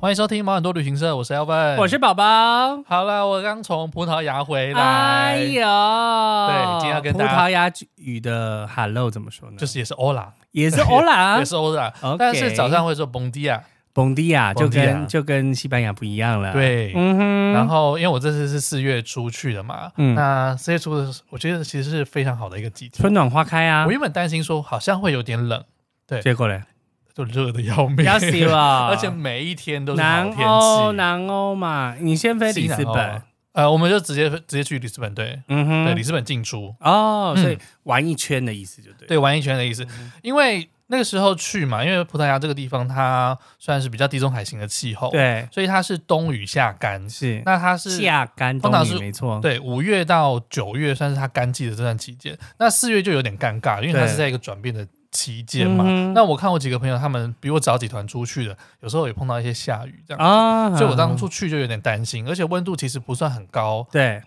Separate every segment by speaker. Speaker 1: 欢迎收听毛很多旅行社，我是 Alvin，
Speaker 2: 我是宝宝。
Speaker 1: 好了，我刚从葡萄牙回来，
Speaker 2: 哎呦，对
Speaker 1: 今天要跟
Speaker 2: 葡
Speaker 1: 大家
Speaker 2: 萄牙语的 hello 怎么说呢？
Speaker 1: 就是也是欧啦，
Speaker 2: 也是 hola，
Speaker 1: 也是欧啦
Speaker 2: 啊 OK
Speaker 1: 但是早上会说蹦迪啊，
Speaker 2: 蹦迪啊，就
Speaker 1: Bon dia
Speaker 2: 跟就跟西班牙不一样了。，
Speaker 1: 对，
Speaker 2: 嗯哼，
Speaker 1: 然后，因为我这次是四月初去的嘛，
Speaker 2: 嗯
Speaker 1: 那四月初的时候，我觉得其实是非常好的一个季节。
Speaker 2: 春暖花开啊
Speaker 1: 我，原本担心说好像会有点冷，
Speaker 2: 结 果嘞，
Speaker 1: 就热的要命，
Speaker 2: 要死 了，哦
Speaker 1: 而且每一天都是好
Speaker 2: 南
Speaker 1: 天
Speaker 2: 欧
Speaker 1: 气。
Speaker 2: 南欧嘛，你先飞
Speaker 1: 西
Speaker 2: 里斯
Speaker 1: 南欧
Speaker 2: 本，
Speaker 1: 呃，我们就直接直接去里斯本，对，
Speaker 2: 嗯
Speaker 1: 对，里
Speaker 2: 哼，
Speaker 1: 斯本进出，
Speaker 2: 哦，
Speaker 1: 嗯
Speaker 2: 所以玩一圈的意思就对，嗯
Speaker 1: 对，玩一圈的意思。因为那个时候去嘛，因为葡萄牙这个地方它算是比较地中海型的气候，，
Speaker 2: 对
Speaker 1: 所以它是冬雨夏干，
Speaker 2: 是哦
Speaker 1: 那它是
Speaker 2: 下干冬
Speaker 1: 通常
Speaker 2: 雨
Speaker 1: 是
Speaker 2: 没错，
Speaker 1: 对，五月到九月算是它干季的这段期间，那四月就有点尴尬，因为它
Speaker 2: 对
Speaker 1: 是在一个转变的期间嘛。
Speaker 2: 嗯哼
Speaker 1: 那我看我几个朋友，他们比我早几团出去的，有时候也碰到一些下雨这样，
Speaker 2: 啊，
Speaker 1: 所以我当初去就有点担心，而且温度其实不算很高，
Speaker 2: 对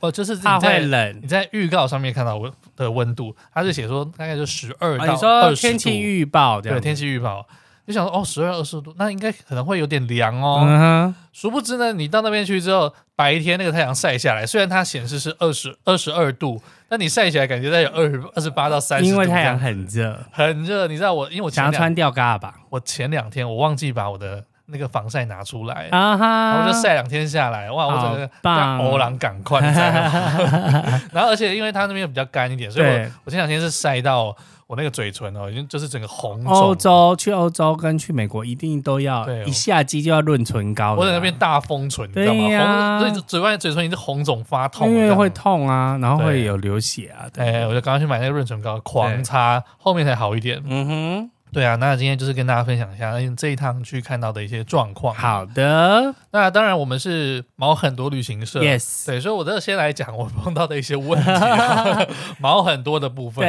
Speaker 1: 呃，就是你
Speaker 2: 怕会
Speaker 1: 在
Speaker 2: 冷
Speaker 1: 你。在预告上面看到温的温度，它是写说大概就十二
Speaker 2: 啊
Speaker 1: 到
Speaker 2: 你说
Speaker 1: 二十
Speaker 2: 天
Speaker 1: 度，
Speaker 2: 气预报这样
Speaker 1: 对
Speaker 2: 子，
Speaker 1: 天气预报。就想说哦，十二二十度，那应该可能会有点凉哦。
Speaker 2: 嗯哼，
Speaker 1: 殊不知呢，你到那边去之后，白天那个太阳晒下来，虽然它显示是二十二十二度，但你晒起来感觉在有二十二十八到三十，
Speaker 2: 因为太阳很热，
Speaker 1: 很热。你知道我，因为我前
Speaker 2: 想要
Speaker 1: 两
Speaker 2: 穿吊嘎吧？
Speaker 1: 我前两天我忘记把我的那个防晒拿出来，
Speaker 2: 啊
Speaker 1: 然
Speaker 2: 哈，
Speaker 1: 后我就晒两天下来，哇，我整个
Speaker 2: 好棒
Speaker 1: 欧朗赶快，你知道 吗 然后而且因为它那边比较干一点，所以我
Speaker 2: 对
Speaker 1: 我前两天是晒到我那个嘴唇哦，已经就是整个红肿
Speaker 2: 欧。洲去欧洲跟去美国一定都要
Speaker 1: 对哦
Speaker 2: 一下机就要润唇膏了啦，
Speaker 1: 我在那边大封唇，你知道吗？
Speaker 2: 对呀
Speaker 1: 红，所以嘴外嘴唇已经红肿发痛了，
Speaker 2: 因
Speaker 1: 这
Speaker 2: 为
Speaker 1: 样
Speaker 2: 会痛啊，然后
Speaker 1: 对
Speaker 2: 会有流血啊，对，
Speaker 1: 哎，我就赶快去买那个润唇膏，狂擦，后面才好一点。
Speaker 2: 嗯
Speaker 1: 对啊，那今天就是跟大家分享一下哎这一趟去看到的一些状况。
Speaker 2: 哼，，好的
Speaker 1: 那当然我们是毛很多旅行社
Speaker 2: ，yes，
Speaker 1: 对，所以我这先来讲我碰到的一些问题啊， 毛很多的部分。啊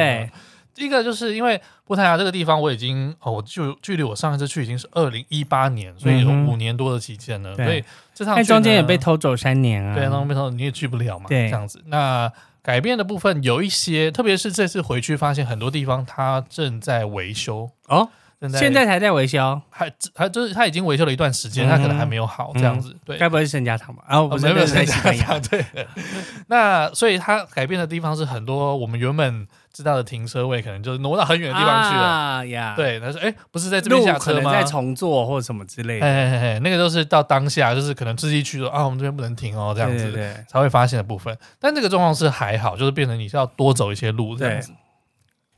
Speaker 2: 对，，
Speaker 1: 一个就是因为葡萄牙这个地方，我已经哦，我就距离我上一次去已经是二零一八年，所以有
Speaker 2: 嗯哼
Speaker 1: 五年多的期间了。
Speaker 2: 对
Speaker 1: 所以这趟
Speaker 2: 但
Speaker 1: 去呢
Speaker 2: 中间也被偷走三年啊，
Speaker 1: 对，那边头你也去不了嘛，
Speaker 2: 对
Speaker 1: 这样子。那改变的部分有一些，特别是这次回去发现很多地方它正在维修，
Speaker 2: 哦，
Speaker 1: 正在
Speaker 2: 现在才在维修，
Speaker 1: 还还就是它已经维修了一段时间，它可能还没有好这样子，对。
Speaker 2: 嗯该不会是圣家堂吧？啊，
Speaker 1: 我
Speaker 2: 不是，
Speaker 1: 们哦没有
Speaker 2: 那是在
Speaker 1: 在
Speaker 2: 西班牙，
Speaker 1: 讲对。那所以它改变的地方是很多我们原本知道的停车位，可能就是挪到很远的地方去了。
Speaker 2: 啊呀，，
Speaker 1: 对，他说：“哎，不是在这边
Speaker 2: 路
Speaker 1: 下
Speaker 2: 可
Speaker 1: 车
Speaker 2: 能
Speaker 1: 吗？”
Speaker 2: 在重做或什么之类
Speaker 1: 哎
Speaker 2: 的，
Speaker 1: 哎哎，那个都是到当下，就是可能自己去说啊，我们这边不能停哦，这样子。
Speaker 2: 对对
Speaker 1: 才会发现的部分。但这个状况是还好，就是变成你是要多走一些路这样子。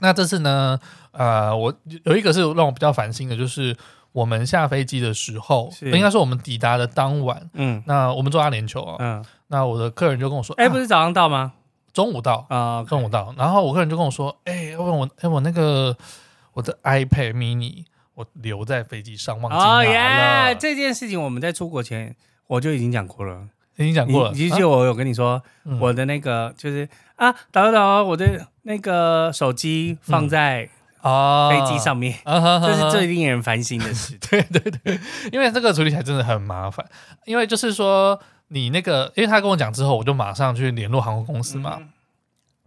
Speaker 1: 那这次呢，呃，我有一个是让我比较烦心的，就是我们下飞机的时候，
Speaker 2: 是
Speaker 1: 应该说我们抵达的当晚，
Speaker 2: 嗯
Speaker 1: 那我们坐阿联酋啊、
Speaker 2: 嗯，
Speaker 1: 那我的客人就跟我说，哎、
Speaker 2: 哎，不是早上到吗？
Speaker 1: 中午到，
Speaker 2: 啊，
Speaker 1: 中午到，然后我客人就跟我说，哎、要不然我，哎、我那个我的 iPad mini 我留在飞机上忘记拿
Speaker 2: 哦
Speaker 1: 了，
Speaker 2: 耶！这件事情我们在出国前我就已经讲过了。啊
Speaker 1: 已经讲
Speaker 2: 你
Speaker 1: 过了，
Speaker 2: 你记得我有跟你说，
Speaker 1: 嗯
Speaker 2: 我的那个就是啊，导游导游，我的那个手机放在
Speaker 1: 啊
Speaker 2: 飞机上面，
Speaker 1: 啊 哈哈哈
Speaker 2: 这是最令人烦心的 事情。
Speaker 1: 因为这个处理起来真的很麻烦，因为就是说你那个，因为他跟我讲之后，我就马上去联络航空公司嘛。
Speaker 2: 嗯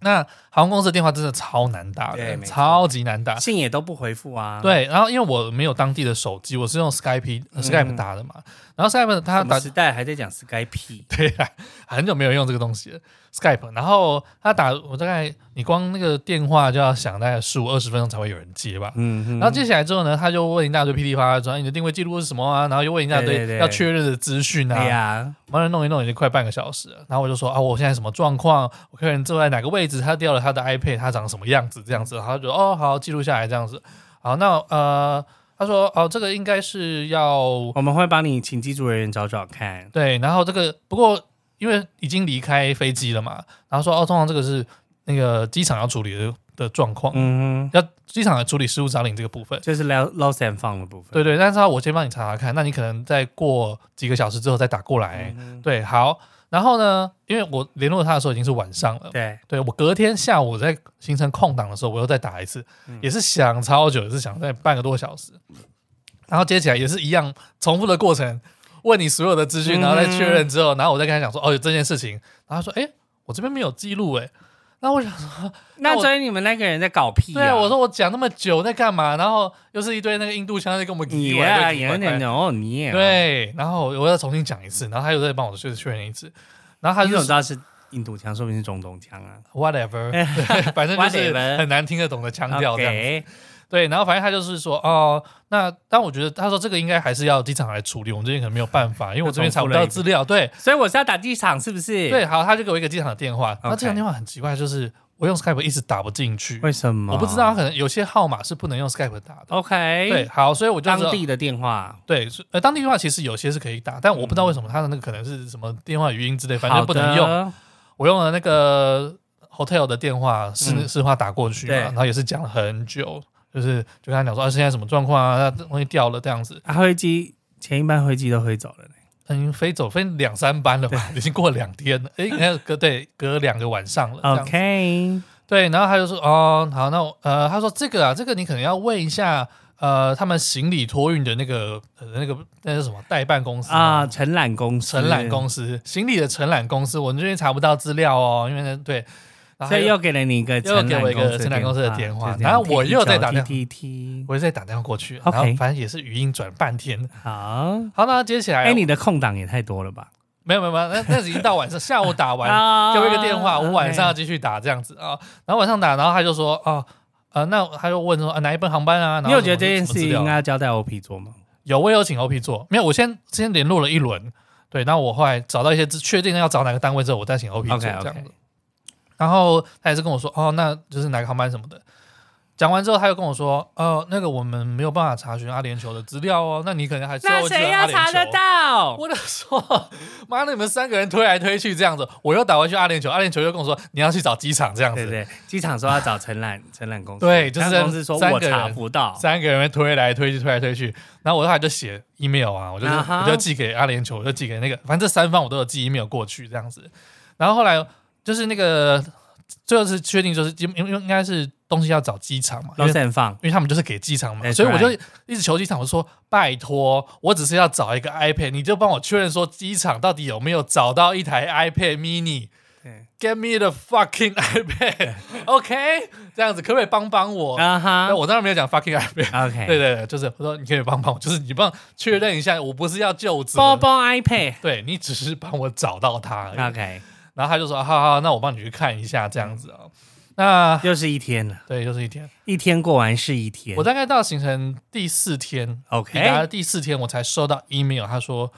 Speaker 1: 那航空公司的电话真的超难打
Speaker 2: 对
Speaker 1: 的，
Speaker 2: 没错
Speaker 1: 超级难打。
Speaker 2: 信也都不回复啊。，
Speaker 1: 对，然后因为我没有当地的手机，我是用 Skype、
Speaker 2: 嗯
Speaker 1: Skype 打的嘛。然后 Skype 他打
Speaker 2: 我们时代还在讲 Skype，
Speaker 1: 对啊， 很久没有用这个东西了 Skype，然后他打我大概你光那个电话就要想大概十五二十分钟才会有人接吧。
Speaker 2: 嗯哼，
Speaker 1: 然后接下来之后呢，他就问一大堆噼里啪啦，说哎你的定位记录是什么啊？然后又问一大
Speaker 2: 对
Speaker 1: 堆
Speaker 2: 对对
Speaker 1: 要确认的资讯啊。
Speaker 2: 哎呀，
Speaker 1: 完了弄一弄已经快半个小时了，然后我就说啊，我现在什么状况？我客人坐在哪个位置？他掉了他的 iPad，他长什么样子？这样子，然后他就哦好记录下来这样子。好，那呃，他说哦，这个应该是要
Speaker 2: 我们会帮你请技术人员找找看。
Speaker 1: 对，然后这个不过因为已经离开飞机了嘛，然后说哦，通常这个是那个机场要处理的的状况，
Speaker 2: 嗯哼，
Speaker 1: 要机场处理失物找领这个部分。
Speaker 2: 就是 lost lost and found 的部分。
Speaker 1: 对对，但是他说我先帮你查查看，那你可能再过几个小时之后再打过来。
Speaker 2: 嗯哼，
Speaker 1: 对，好，然后呢，因为我联络他的时候已经是晚上了，
Speaker 2: 对，
Speaker 1: 对我隔天下午在行程空档的时候，我又再打一次，
Speaker 2: 嗯
Speaker 1: 也是想超久，也是想在半个多小时，然后接起来也是一样重复的过程，问你所有的资讯，然后再确认之后，然后我再跟他讲说，哦，有这件事情，然后他说，哎，我这边没有记录，哎，那我想说，那
Speaker 2: 那
Speaker 1: 我
Speaker 2: 所以你们那个人在搞屁、啊？
Speaker 1: 对啊，我说我讲那么久在干嘛？然后又是一堆那个印度腔在跟我们
Speaker 2: 你
Speaker 1: 叽歪
Speaker 2: 哎
Speaker 1: 对
Speaker 2: 呀，有点牛你啊，
Speaker 1: 对，然后我要重新讲一次，然后他又再帮我确确认一次，然后他
Speaker 2: 你
Speaker 1: 就
Speaker 2: 怎么知 道是印度腔？说不定是中东腔啊。
Speaker 1: whatever，对反正就是
Speaker 2: Whatever
Speaker 1: 很难听得懂的腔调这样子。
Speaker 2: OK，
Speaker 1: 对，然后反正他就是说，哦，那但我觉得他说这个应该还是要机场来处理，我们这边可能没有办法，因为我这边查不到资料。对
Speaker 2: 所以我是要打机场，是不是？
Speaker 1: 对，，好，他就给我一个机场的电话，那
Speaker 2: OK
Speaker 1: 机场电话很奇怪，就是我用 Skype 一直打不进去，
Speaker 2: 为什么？
Speaker 1: 我不知道，。可能有些号码是不能用 Skype 打的。
Speaker 2: OK，
Speaker 1: 对，，好，所以我就知道
Speaker 2: 当地的电话，
Speaker 1: 对，是呃，当地电话其实有些是可以打，但我不知
Speaker 2: 嗯
Speaker 1: 道为什么他的那个可能是什么电话语音之类，反正不能用。
Speaker 2: 用。
Speaker 1: 我用了那个 hotel 的电话市
Speaker 2: 嗯
Speaker 1: 市话打过去嘛，
Speaker 2: 对
Speaker 1: 然后也是讲了很久，就是就跟他讲说啊，现在什么状况啊，那东西掉了这样子。
Speaker 2: 啊，飞机前一班飞机都飞走了呢。
Speaker 1: 嗯，飞走飞两三班了吧，已经过了两天了， 哎，应该隔对隔两个晚上了。这样子
Speaker 2: OK，
Speaker 1: 对，然后他就说哦，好，那我呃，他说这个啊，这个你可能要问一下呃，他们行李托运的那个呃那个那是什么代办公司
Speaker 2: 啊，承揽公司，
Speaker 1: 承揽公司行李的承揽公司，我们这边查不到资料哦，因为呢对，然后
Speaker 2: 所
Speaker 1: 还
Speaker 2: 以
Speaker 1: 有
Speaker 2: 又给了你一个
Speaker 1: 又给我一个
Speaker 2: 承
Speaker 1: 承揽公司的电话然后我又再打电话
Speaker 2: T T，
Speaker 1: 我就再打电话过去，然
Speaker 2: OK
Speaker 1: 后反正也是语音转半天。
Speaker 2: 好，
Speaker 1: 好，那接起来，
Speaker 2: 哎，你的空档也太多了吧？
Speaker 1: 没有没有没有，那那是已经到晚上，下午打 完
Speaker 2: 啊
Speaker 1: 给我一个电话，
Speaker 3: 嗯
Speaker 1: 我晚上要
Speaker 2: OK
Speaker 1: 继续打这样子啊、然后晚上打，然后他就说哦。呃，那他就问说、啊、哪一班航班啊？然后
Speaker 2: 哎你有觉得
Speaker 1: 什
Speaker 2: 这
Speaker 1: 么
Speaker 2: 件
Speaker 1: 什么
Speaker 2: 事
Speaker 1: 资
Speaker 2: 情
Speaker 1: 料
Speaker 2: 应该要交代 OP 做吗？
Speaker 1: 有，我有请 OP 做，没有，我先先联络了一轮，对，那我后来找到一些资确定要找哪个单位之后，我再请 OP 做
Speaker 2: OK，OK
Speaker 1: 这样子。然后他也是跟我说，哦，那就是哪个航班什么的。讲完之后，他又跟我说，哦，那个我们没有办法查询阿联酋的资料哦，那你可能还是
Speaker 3: 那
Speaker 1: 会知道
Speaker 3: 谁
Speaker 1: 阿
Speaker 3: 要
Speaker 1: 联
Speaker 3: 查得
Speaker 1: 酋
Speaker 3: 到？
Speaker 1: 我就说， 妈的，你们三个人推来推去这样子，我又打回去阿联酋，阿联酋又跟我说你要去找机场这样子，
Speaker 2: 对对，机场说要找承揽承揽公司，
Speaker 1: 对就是
Speaker 2: 承揽公司说
Speaker 1: 三个
Speaker 2: 我
Speaker 1: 人
Speaker 2: 查不到，
Speaker 1: 三个人推来推去，推来推去，然后我后来就写 email 啊，我就是、
Speaker 2: 啊哈
Speaker 1: 我就寄给阿联酋，我就寄给那个，反正这三方我都有寄 email 过去这样子。然后后来就是那个最后是确定，就是因因为应该是东西要找机场嘛，因
Speaker 2: 都
Speaker 1: 为
Speaker 2: 是很放。
Speaker 1: 因为他们就是给机场嘛，
Speaker 2: That's
Speaker 1: 所以我就一直求机场，我说拜托，我只是要找一个 iPad，你就帮我确认说机场到底有没有找到一台 iPad mini。
Speaker 2: 对
Speaker 1: Get me the fucking iPad，OK？、这样子可不可以帮帮我？
Speaker 2: 啊哎
Speaker 1: 那
Speaker 2: 哈
Speaker 1: 我当然没有讲 fucking iPad，
Speaker 2: ，OK，
Speaker 1: 对对对，就是我说你可以帮帮我，就是你帮确认一下，我不是要救责，
Speaker 2: 包包 iPad。
Speaker 1: 对你只是帮我找到他而已。
Speaker 2: OK，
Speaker 1: 然后他就说：“好好，那我帮你去看一下，这样子哦。”那
Speaker 2: 又是一天了，
Speaker 1: 对，就是一天。
Speaker 2: 一天过完是一天。
Speaker 1: 我大概到行程第四天，抵达
Speaker 2: OK，
Speaker 1: 了第四天，我才收到 email，他说：“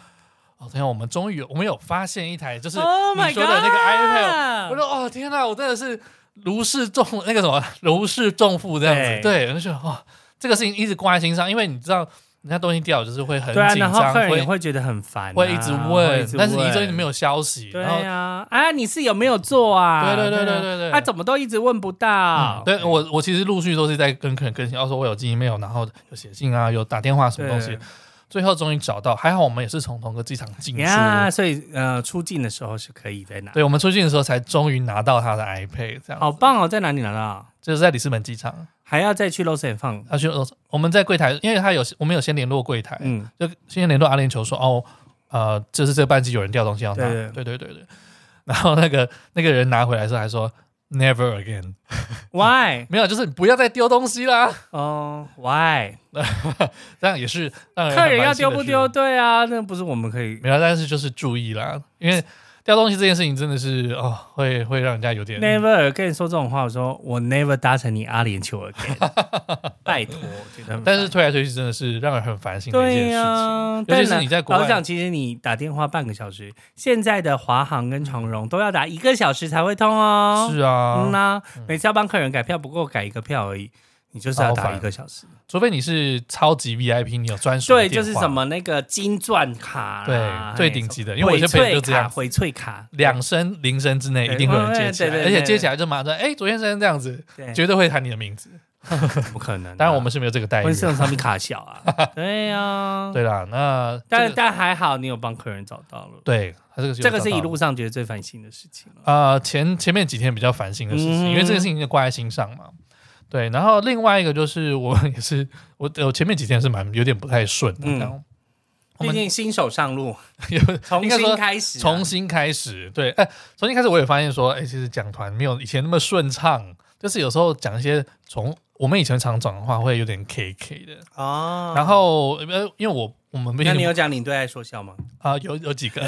Speaker 1: 哦，天啊，我们终于有我们有发现一台，就是
Speaker 3: ，Oh
Speaker 1: 你
Speaker 3: my
Speaker 1: 说的那个 iPad。”我
Speaker 3: god！
Speaker 1: 说：“哦，天哪，我真的是如释重那个什么 如释重负这样子。”对，我就觉得哦，这个事情一直挂在心上，因为你知道。人家东西掉就是会很
Speaker 2: 对啊，
Speaker 1: 紧
Speaker 2: 然后
Speaker 1: 张，
Speaker 2: 客人
Speaker 1: 会
Speaker 2: 也会觉得很烦啊，
Speaker 1: 会一直
Speaker 2: 会
Speaker 1: 问，
Speaker 2: 直
Speaker 1: 但是你
Speaker 2: 问
Speaker 1: 一直没有消息，
Speaker 2: 对
Speaker 1: 然后。
Speaker 2: 啊，啊，你是有没有做啊？
Speaker 1: 对对对对对对嗯
Speaker 2: 啊，怎么都一直问不到？
Speaker 1: 对我，我其实陆续都是在跟客人更新，哦要说我有寄 email，然后有写信啊，有打电话什么东西嗯
Speaker 2: 对，
Speaker 1: 最后终于找到。还好我们也是从同个机场进出，
Speaker 2: 呀，所以呃，出境的时候是可以在哪？
Speaker 1: 对我们出境的时候才终于拿到他的 iPad，这样
Speaker 2: 好棒哦，在哪里拿到？
Speaker 1: 就是在里斯本机场，
Speaker 2: 还要再去 Los a n 放？
Speaker 1: 他去呃我们在柜台，因为他有我们有先联络柜台，
Speaker 2: 嗯，
Speaker 1: 就先联络阿联酋说哦，呃，就是这个班机有人掉东西要拿，对
Speaker 2: 对
Speaker 1: 对对 对，然后那个那个人拿回来的时候还说 never again。
Speaker 2: Why？
Speaker 1: 没有，就是你不要再丢东西啦，
Speaker 2: 哦、w h y
Speaker 1: 这样也是让人
Speaker 2: 客
Speaker 1: 很
Speaker 2: 人
Speaker 1: 烦
Speaker 2: 要
Speaker 1: 心的
Speaker 2: 丢不
Speaker 1: 事
Speaker 2: 丢？？对啊，那不是我们可以。
Speaker 1: 没有，但是就是注意啦，因为掉东西这件事情真的是哦，会会让人家有点
Speaker 2: Never 跟你说这种话，我说我 never 搭乘你阿联 酋 again，拜托，我觉得很烦。
Speaker 1: 但是推来推去真的是让人很烦心的一件
Speaker 2: 对
Speaker 1: 事情。
Speaker 2: 呀、
Speaker 1: 尤其是
Speaker 2: 但
Speaker 1: 你在国外
Speaker 2: 老实讲，其实你打电话半个小时，现在的华航跟长荣都要打一个小时才会通哦。
Speaker 1: 是啊，
Speaker 2: 嗯呐、每次要帮客人改票，不过改一个票而已，你就是要
Speaker 1: 啊好
Speaker 2: 打
Speaker 1: 烦
Speaker 2: 一个小时。
Speaker 1: 除非你是超级 VIP，你有专属的
Speaker 2: 对，就是
Speaker 1: 电话
Speaker 2: 什么那个金钻卡啦，
Speaker 1: 对最
Speaker 2: 嘿
Speaker 1: 顶级的
Speaker 2: 什么
Speaker 1: 因为我有些朋友就这样
Speaker 2: 翡翠卡，翡翠卡
Speaker 1: 两声铃声之内一定会有人接起来，
Speaker 2: 对对对
Speaker 1: 而
Speaker 2: 对
Speaker 1: 且接起来就马上哎，昨天是这样子，
Speaker 2: 对对
Speaker 1: 绝对会喊你的名字。
Speaker 2: 怎么可能啊、
Speaker 1: 当然我们是没有这个待遇
Speaker 2: 温
Speaker 1: 啊。
Speaker 2: 上上面卡小 啊，对呀、
Speaker 1: 对啦，那
Speaker 2: 但、
Speaker 1: 这个
Speaker 2: 但还好你有帮客人找到了，
Speaker 1: 对，他这个
Speaker 2: 这个是一
Speaker 1: 路。
Speaker 2: 路上觉得最烦心的事情了。
Speaker 1: 啊，前前面几天比较烦心的事情，
Speaker 2: 嗯
Speaker 1: 因为这个事情就挂在心上嘛。对，然后另外一个就是我们也是我我前面几天是蛮有点不太顺的，
Speaker 2: 嗯
Speaker 1: 然后我
Speaker 2: 毕
Speaker 1: 们
Speaker 2: 竟新手上路，
Speaker 1: 有
Speaker 2: 重
Speaker 1: 应该
Speaker 2: 新
Speaker 1: 说
Speaker 2: 开始啊、
Speaker 1: 重新开始，对，哎，重新开始我也发现说，哎，其实讲团没有以前那么顺畅，就是有时候讲一些从我们以前常讲的话会有点 K K 的，
Speaker 2: 哦。
Speaker 1: 然后呃，因为我我们毕
Speaker 2: 那你
Speaker 1: 竟
Speaker 2: 有讲领队爱说笑 吗？
Speaker 1: 啊有有几 个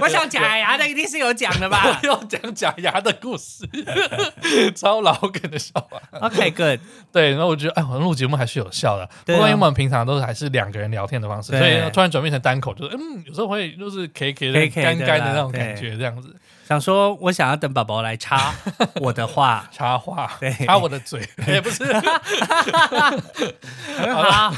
Speaker 2: 我想假牙的一定是有讲的吧
Speaker 1: 我要讲假牙的故事，超老梗的笑话。
Speaker 2: ？OK，good，、
Speaker 1: 对，然后我觉得，哎，我们录节目还是有效的。不
Speaker 2: 对啊
Speaker 1: 过因为我们平常都是还是两个人聊天的方式，
Speaker 2: 对
Speaker 1: 所以突然转变成单口，就是嗯，有时候会就是 K K 的
Speaker 2: KK 的啦
Speaker 1: 干干的那种感觉，这样子
Speaker 2: 想说我想要等宝宝 来插我的话，
Speaker 1: 插话
Speaker 2: 对，
Speaker 1: 插我的 嘴，也不 是。
Speaker 2: 很好，
Speaker 1: 啊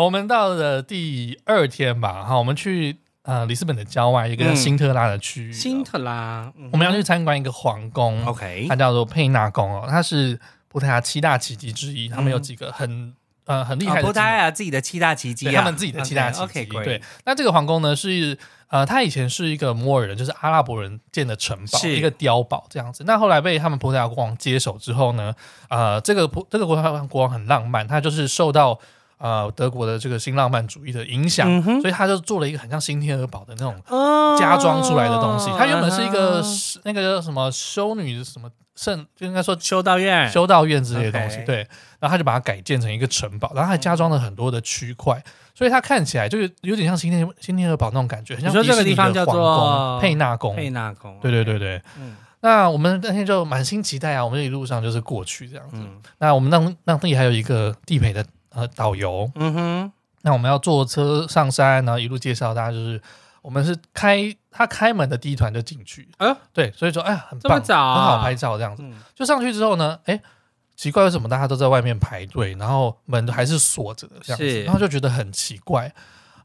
Speaker 1: 我们到了第二天吧，哈，我们去呃里斯本的郊外一个叫
Speaker 2: 嗯
Speaker 1: 辛特拉的区域，
Speaker 2: 辛特拉，嗯
Speaker 1: 我们要去参观一个皇宫
Speaker 2: OK，
Speaker 1: 它叫做佩纳宫哦，它是葡萄牙七大奇迹之一，他们有几个很呃很厉害的
Speaker 2: 哦
Speaker 1: 景
Speaker 2: 葡
Speaker 1: 点。
Speaker 2: 萄牙自己的七大奇迹
Speaker 1: 对
Speaker 2: 啊，
Speaker 1: 他们自己的七大奇迹。
Speaker 2: OK，great
Speaker 1: 对，，那这个皇宫呢是呃，它以前是一个摩尔人，就是阿拉伯人建的城堡，
Speaker 2: 是
Speaker 1: 一个碉堡这样子。那后来被他们葡萄牙国王接手之后呢，呃，这个葡这个国王国王很浪漫，他就是受到。呃，德国的这个新浪漫主义的影响，
Speaker 2: 嗯哼
Speaker 1: 所以他就做了一个很像新天鹅堡的那种
Speaker 2: 哦
Speaker 1: 加装出来的东西。它原本是一个
Speaker 2: 啊哈
Speaker 1: 是那个叫什么修女什么圣，就应该说
Speaker 2: 修道院，
Speaker 1: 修道院之类的东西，
Speaker 2: 哎 OK
Speaker 1: 对，然后他就把它改建成一个城堡，然后还加装了很多的区块，
Speaker 2: 嗯
Speaker 1: 所以它看起来就是有点像新天新天鹅堡那种感觉，很像
Speaker 2: 你说这个
Speaker 1: 迪士尼的
Speaker 2: 地方叫做
Speaker 1: 皇宫佩纳宫，
Speaker 2: 佩纳宫，
Speaker 1: 对对对对。
Speaker 2: 嗯
Speaker 1: 那我们那天就满心期待啊，我们一路上就是过去这样子。
Speaker 2: 嗯
Speaker 1: 那我们当当地还有一个地陪的呃导游，
Speaker 2: 嗯哼，
Speaker 1: 那我们要坐车上山，然后一路介绍大家，就是我们是开他开门的第一团就进去，
Speaker 2: 哎呦
Speaker 1: 对，所以说哎呀很
Speaker 2: 这么
Speaker 1: 棒，
Speaker 2: 早啊
Speaker 1: 很好拍照这样子。
Speaker 2: 嗯
Speaker 1: 就上去之后呢，哎，奇怪，为什么大家都在外面排队，然后门还是锁着的这样子，
Speaker 2: 是
Speaker 1: 然后就觉得很奇怪。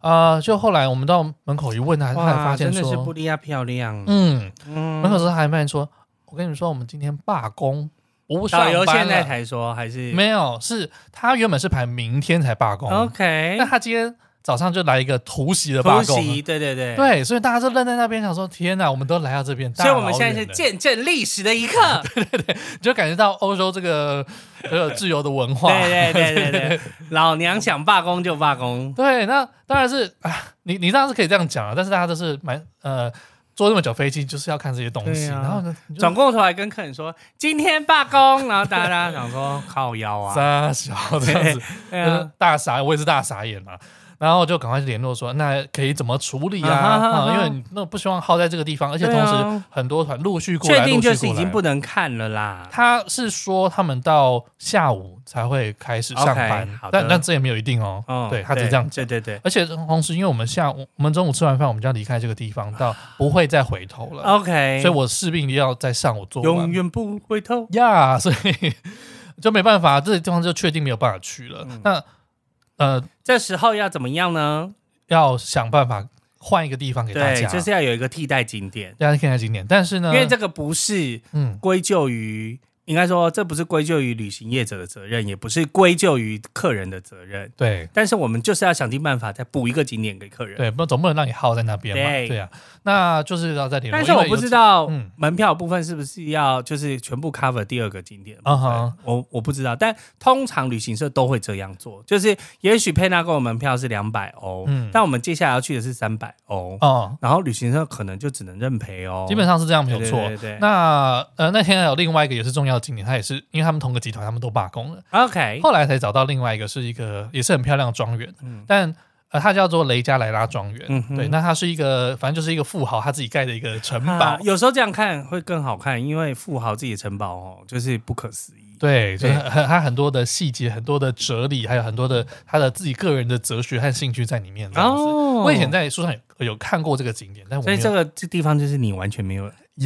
Speaker 1: 啊、就后来我们到门口一问他，他才
Speaker 2: 哇，
Speaker 1: 发现
Speaker 2: 真的是
Speaker 1: 说
Speaker 2: 布，利亚啊漂亮，
Speaker 1: 嗯，
Speaker 2: 嗯
Speaker 1: 门口时候他还发现说，我跟你说，我们今天罢工，不上班
Speaker 2: 导
Speaker 1: 啊
Speaker 2: 游
Speaker 1: 了。
Speaker 2: 现在才说还是
Speaker 1: 没有，是他原本是排明天才罢工，
Speaker 2: OK，
Speaker 1: 那他今天早上就来一个突袭的罢
Speaker 2: 突
Speaker 1: 工，
Speaker 2: 袭，对对对，
Speaker 1: 对，所以大家就愣在那边，想说天哪，我们都来到这边，
Speaker 2: 所以
Speaker 1: 大
Speaker 2: 我们
Speaker 1: 老
Speaker 2: 现在
Speaker 1: 远
Speaker 2: 是
Speaker 1: 的
Speaker 2: 见证历史的一 刻，
Speaker 1: 你就感觉到欧洲这个呃自由的文化，
Speaker 2: 对对对对对， 老娘想罢工就罢工，
Speaker 1: 对，那当然是啊，你你当然是可以这样讲啊，但是大家都是蛮呃坐那么久飞机就是要看这些东西，
Speaker 2: 对啊
Speaker 1: 然后呢，你就
Speaker 2: 转过头来跟客人说今天罢工，然后大家想说靠腰啊，
Speaker 1: 傻小这样子，
Speaker 2: 对
Speaker 1: 就是
Speaker 2: 啊，
Speaker 1: 大傻，我也是大傻眼嘛。然后就赶快去联络说，那可以怎么处理啊？
Speaker 2: 啊哈啊
Speaker 1: 啊
Speaker 2: 哈
Speaker 1: 因为你那不希望耗在这个地方，而且
Speaker 2: 对
Speaker 1: 同
Speaker 2: 啊
Speaker 1: 时很多团陆续过
Speaker 2: 确
Speaker 1: 来，
Speaker 2: 定
Speaker 1: 陆续
Speaker 2: 就是已
Speaker 1: 过来
Speaker 2: 经不能看了啦，
Speaker 1: 他是说他们到下午才会开始上
Speaker 2: OK，
Speaker 1: 班
Speaker 2: 好的
Speaker 1: 但但这也没有一定哦。
Speaker 2: 嗯
Speaker 1: 对他只是这样讲。
Speaker 2: 对对对
Speaker 1: 而且同时，因为我们下午我们中午吃完饭，我们就要离开这个地方，到不会再回头了。
Speaker 2: 哦，OK，
Speaker 1: 所以我势必要在上午做
Speaker 2: 永
Speaker 1: 完
Speaker 2: 远不回头，
Speaker 1: 呀所以就没办法，这个地方就确定没有办法去了。
Speaker 2: 嗯
Speaker 1: 那呃，
Speaker 2: 这时候要怎么样呢？
Speaker 1: 要想办法换一个地方给大
Speaker 2: 对
Speaker 1: 家，，嗯
Speaker 2: 就是要有一个替代景点，
Speaker 1: 大家看一下景点。但是呢，
Speaker 2: 因为这个不是
Speaker 1: 嗯
Speaker 2: 归咎于，应该说这不是归咎于旅行业者的责任，也不是归咎于客人的责任，
Speaker 1: 对
Speaker 2: 但是我们就是要想尽办法再补一个景点给客人。
Speaker 1: 对，不总不能让你耗在那边嘛，
Speaker 2: 对
Speaker 1: 对啊。那就是要在联络，
Speaker 2: 但是我不知
Speaker 1: 道。
Speaker 2: 道
Speaker 1: 嗯
Speaker 2: 门票部分是不是要就是全部 cover 第二个景点的部
Speaker 1: 啊
Speaker 2: 分
Speaker 1: 哈
Speaker 2: 我我不知道，但通常旅行社都会这样做，就是也许佩纳购的门票是两百欧，
Speaker 1: 嗯
Speaker 2: 但我们接下来要去的是三百欧，
Speaker 1: 哦，
Speaker 2: 然后旅行社可能就只能认赔哦，
Speaker 1: 基本上是这样，没
Speaker 2: 对
Speaker 1: 有错。
Speaker 2: 对对对
Speaker 1: 那呃，那天还有另外一个也是重要的景点，它也是因为他们同个集团，他们都罢工了，
Speaker 2: OK，
Speaker 1: 后来才找到另外一个是一个也是很漂亮的庄园，
Speaker 2: 嗯
Speaker 1: 但呃，它叫做雷加莱拉庄园。
Speaker 2: 嗯哼
Speaker 1: 对，那它是一个反正就是一个富豪他自己盖的一个城堡，
Speaker 2: 啊有时候这样看会更好看，因为富豪自己的城堡哦，就是不可思议。
Speaker 1: 对，就是
Speaker 2: 对
Speaker 1: 很它很多的细节、很多的哲理，还有很多的他的自己个人的哲学和兴趣在里面。这样子，
Speaker 2: 哦
Speaker 1: 我以前在书上有有看过这个景点，但我
Speaker 2: 所
Speaker 1: 没有
Speaker 2: 以这个这地方就是你完 全没有，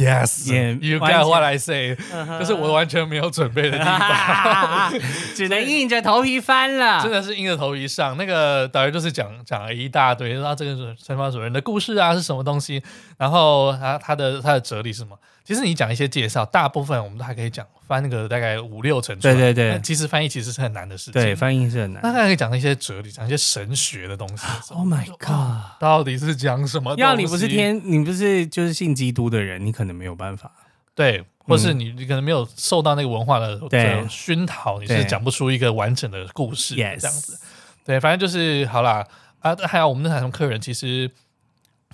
Speaker 2: 也嗯
Speaker 1: yes，you got
Speaker 2: 完全
Speaker 1: what I say，就是我完全没有准备的地方。
Speaker 2: 只能硬着头皮翻了。
Speaker 1: 真的是硬着头皮上。那个导游就是讲讲了一大啊堆，然后这个是城堡主人的故事啊，是什么东西，然后他他的他的哲理是什么。其实你讲一些介绍，大部分我们都还可以讲翻个大概五六成出来。
Speaker 2: 对对对
Speaker 1: 但其实翻译其实是很难的事情。
Speaker 2: 对，翻译是很
Speaker 1: 那
Speaker 2: 难。
Speaker 1: 他可以讲一些哲理，讲一些神学的东 西的时候。
Speaker 2: Oh my
Speaker 1: 我就哇
Speaker 2: god！
Speaker 1: 到底是讲什么东西？
Speaker 2: 要你不是天，你不是就是信基督的人，你可能没有办法。
Speaker 1: 对，或是你你可能没有受到那个文化的
Speaker 2: 对
Speaker 1: 的熏陶，你是
Speaker 2: 对
Speaker 1: 讲不出一个完整的故事
Speaker 2: Yes
Speaker 1: 这样子。对，反正就是好啦啊，还有我们那台中客人其实